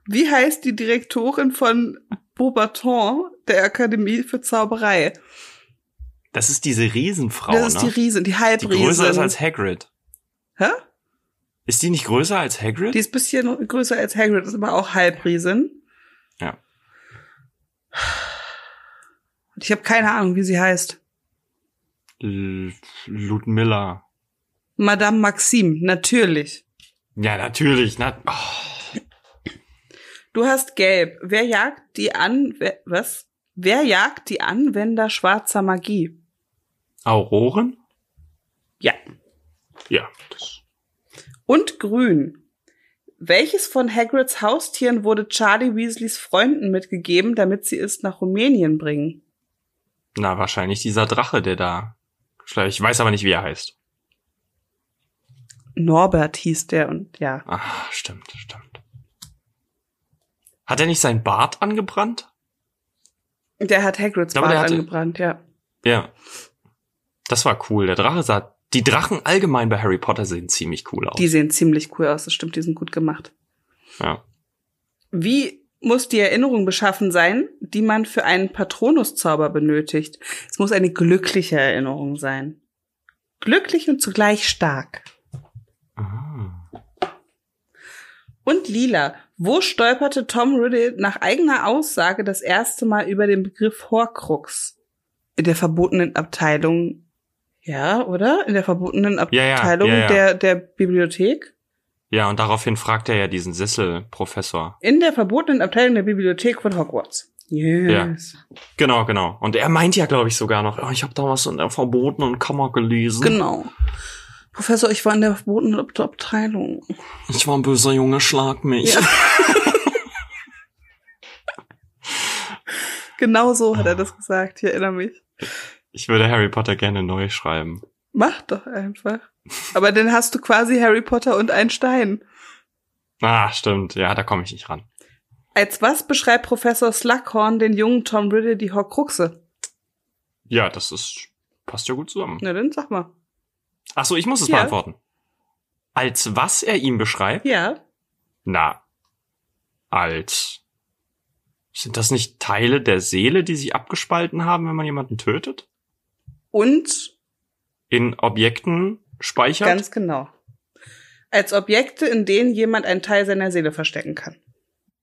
S2: Wie heißt die Direktorin von Beaubaton, der Akademie für Zauberei?
S1: Das ist diese Riesenfrau,
S2: das ist die
S1: ne?
S2: Riesen, die
S1: die
S2: Halbriesen.
S1: größer ist als Hagrid.
S2: Hä?
S1: Ist die nicht größer als Hagrid?
S2: Die ist bisschen größer als Hagrid, ist aber auch Halbriesen.
S1: Ja.
S2: Und ich habe keine Ahnung, wie sie heißt.
S1: L- Ludmilla.
S2: Madame Maxim, natürlich.
S1: Ja, natürlich. Na, oh,
S2: Du hast gelb. Wer jagt die an, wer, was? Wer jagt die Anwender schwarzer Magie?
S1: Auroren?
S2: Ja.
S1: Ja. Das.
S2: Und grün. Welches von Hagrids Haustieren wurde Charlie Weasleys Freunden mitgegeben, damit sie es nach Rumänien bringen?
S1: Na, wahrscheinlich dieser Drache, der da. Ich weiß aber nicht, wie er heißt.
S2: Norbert hieß der und ja.
S1: Ah, stimmt, stimmt. Hat er nicht seinen Bart angebrannt?
S2: Der hat Hagrids
S1: Ich glaube,
S2: Bart
S1: der hatte-
S2: angebrannt, ja.
S1: Ja. Das war cool. Der Drache sah. Die Drachen allgemein bei Harry Potter sehen ziemlich cool aus.
S2: Die sehen ziemlich cool aus, das stimmt, die sind gut gemacht.
S1: ja.
S2: Wie muss die Erinnerung beschaffen sein, die man für einen Patronuszauber benötigt? Es muss eine glückliche Erinnerung sein. Glücklich und zugleich stark.
S1: Ah.
S2: Und lila. Wo stolperte Tom Riddle nach eigener Aussage das erste Mal über den Begriff Horcrux? In der verbotenen Abteilung. Ja, oder? In der verbotenen
S1: Ja, ja,
S2: Abteilung
S1: ja, ja.
S2: Der, der Bibliothek?
S1: Ja, und daraufhin fragt er ja diesen Sesselprofessor.
S2: In der verbotenen Abteilung der Bibliothek von Hogwarts. Yes.
S1: Genau, genau. Und er meint ja, glaube ich, sogar noch, oh, ich habe damwas in der verbotenen Kammer gelesen.
S2: Genau. Professor, ich war in der verbotenen Ab- Abteilung.
S1: Ich war ein böser Junge, schlag mich.
S2: Ja. Genau so hat er das gesagt, ich erinnere mich.
S1: Ich würde Harry Potter gerne neu schreiben.
S2: Mach doch einfach. Aber dann hast du quasi Harry Potter und einen Stein.
S1: Ah, stimmt. Ja, da komme ich nicht ran.
S2: Als was beschreibt Professor Slughorn den jungen Tom Riddle die Horcruxe?
S1: Ja, das ist passt ja gut zusammen.
S2: Na dann sag mal.
S1: Ach so, ich muss es
S2: Ja.
S1: beantworten. Als was er ihm beschreibt?
S2: Ja.
S1: Na, als sind das nicht Teile der Seele, die sich abgespalten haben, wenn man jemanden tötet?
S2: Und
S1: In Objekten speichert?
S2: ganz genau. Als Objekte, in denen jemand einen Teil seiner Seele verstecken kann.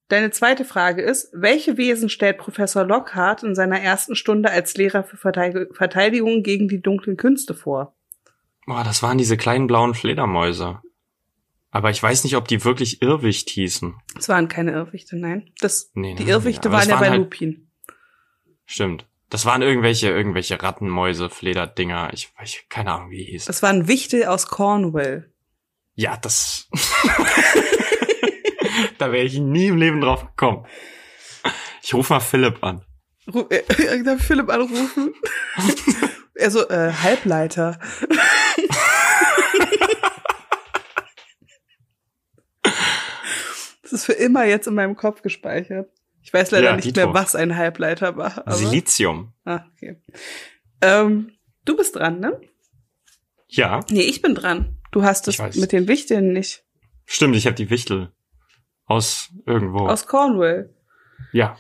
S2: Deine zweite Frage ist, welche Wesen stellt Professor Lockhart in seiner ersten Stunde als Lehrer für Verteidig- Verteidigung gegen die dunklen Künste vor?
S1: Boah, das waren diese kleinen blauen Fledermäuse. Aber ich weiß nicht, ob die wirklich Irrwicht hießen.
S2: Es waren keine Irrwichte, nein. Das,
S1: Nee,
S2: die
S1: nein,
S2: Irrwichte
S1: aber es
S2: waren ja
S1: waren
S2: bei
S1: halt-
S2: Lupin.
S1: Stimmt. Das waren irgendwelche, irgendwelche Rattenmäuse, Flederdinger. Ich, ich keine Ahnung, wie die hießen.
S2: Es waren Wichtel aus Cornwall.
S1: Ja, das. da wäre ich nie im Leben drauf gekommen. Ich rufe mal Philipp an.
S2: Ru äh, darf ich Philipp anrufen? er so, äh, Halbleiter. das ist für immer jetzt in meinem Kopf gespeichert. Ich weiß leider
S1: Ja,
S2: nicht
S1: Dito.
S2: mehr, was ein Halbleiter war. Aber,
S1: Silizium.
S2: ah, okay. ähm, du bist dran, ne?
S1: Ja,
S2: Nee, ich bin dran. Du hast es
S1: Ich weiß.
S2: mit den Wichteln nicht.
S1: stimmt, ich habe die Wichtel. Aus irgendwo.
S2: Aus Cornwall.
S1: ja.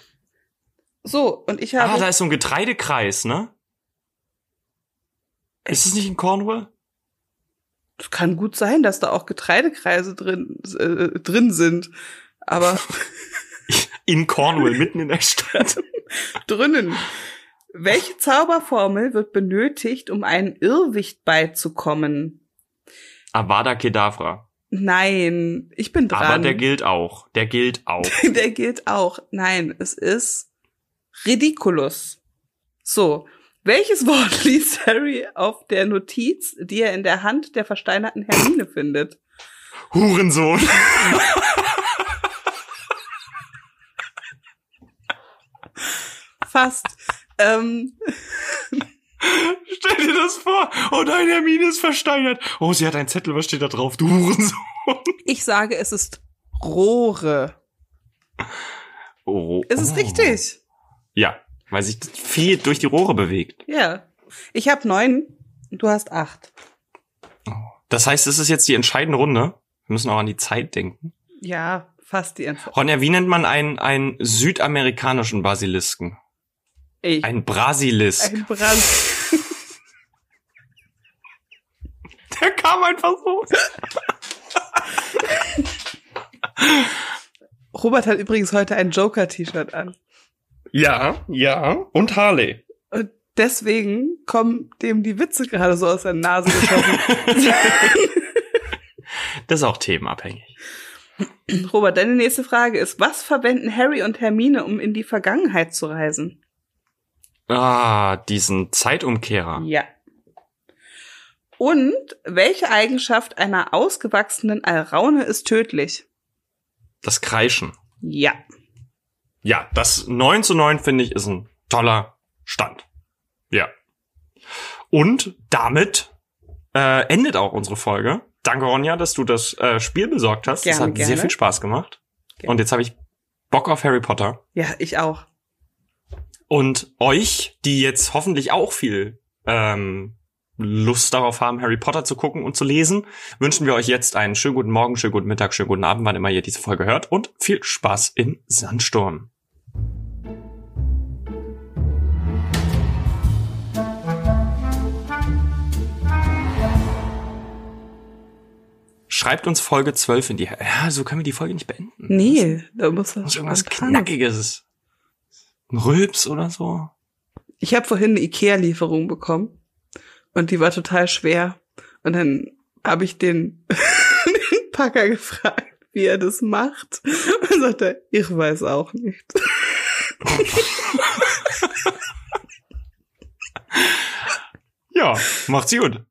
S2: So, und ich habe.
S1: Ah, da ist so ein Getreidekreis, ne? Ist es nicht in Cornwall?
S2: Das kann gut sein, dass da auch Getreidekreise drin, äh, drin sind. Aber
S1: In Cornwall, mitten in der Stadt.
S2: drinnen. Welche Zauberformel wird benötigt, um einem Irrwicht beizukommen?
S1: Avada Kedavra.
S2: Nein, ich bin dran.
S1: Aber der gilt auch. Der gilt auch.
S2: Der gilt auch. Nein, es ist ridiculous. So, welches Wort liest Harry auf der Notiz, die er in der Hand der versteinerten Hermine findet?
S3: Hurensohn.
S2: Fast. ähm,
S1: Stell dir das vor. Oh nein, Hermine ist versteinert. Oh, sie hat einen Zettel. Was steht da drauf? Du Hurensohn.
S2: ich sage, es ist Rohre.
S1: Oh.
S2: Es ist
S1: oh.
S2: richtig.
S1: Ja, weil sich viel durch die Rohre bewegt.
S2: Ja. Ich habe neun, du hast acht.
S1: Das heißt, es ist jetzt die entscheidende Runde. Wir müssen auch an die Zeit denken.
S2: Ja, fast die Antwort.
S1: Ronja, wie nennt man einen, einen südamerikanischen Basilisken?
S2: Ich.
S1: Ein Brasilisk.
S2: ein Brand.
S1: Der kam einfach so.
S2: Robert hat übrigens heute ein Joker-T-Shirt an.
S1: Ja, ja. Und Harley.
S2: Und deswegen kommen dem die Witze gerade so aus der Nase geschossen.
S1: Das ist auch themenabhängig.
S2: Robert, deine nächste Frage ist, was verwenden Harry und Hermine, um in die Vergangenheit zu reisen?
S1: Ah, diesen Zeitumkehrer.
S2: Ja. Und welche Eigenschaft einer ausgewachsenen Alraune ist tödlich?
S1: Das Kreischen.
S2: Ja.
S1: Ja, das 9 zu 9 finde ich ist ein toller Stand. Ja. Und damit äh, endet auch unsere Folge. Danke, Ronja, dass du das äh, Spiel besorgt hast. es
S2: Gerne,
S1: hat sehr
S2: gerne.
S1: viel Spaß gemacht.
S2: Gerne.
S1: Und jetzt habe ich Bock auf Harry Potter.
S2: Ja, ich auch.
S1: Und euch, die jetzt hoffentlich auch viel ähm, Lust darauf haben, Harry Potter zu gucken und zu lesen, wünschen wir euch jetzt einen schönen guten Morgen, schönen guten Mittag, schönen guten Abend, wann immer ihr diese Folge hört. Und viel Spaß im Sandsturm. Schreibt uns Folge 12 in die... Ja, so können wir die Folge nicht beenden.
S2: Nee, da muss
S1: Muss
S2: das
S1: irgendwas Knackiges. Ein Rülps oder so.
S2: Ich habe vorhin eine Ikea-Lieferung bekommen und die war total schwer. Und dann habe ich den, den Packer gefragt, wie er das macht. Und sagt er, ich weiß auch nicht.
S1: Ja, macht's gut.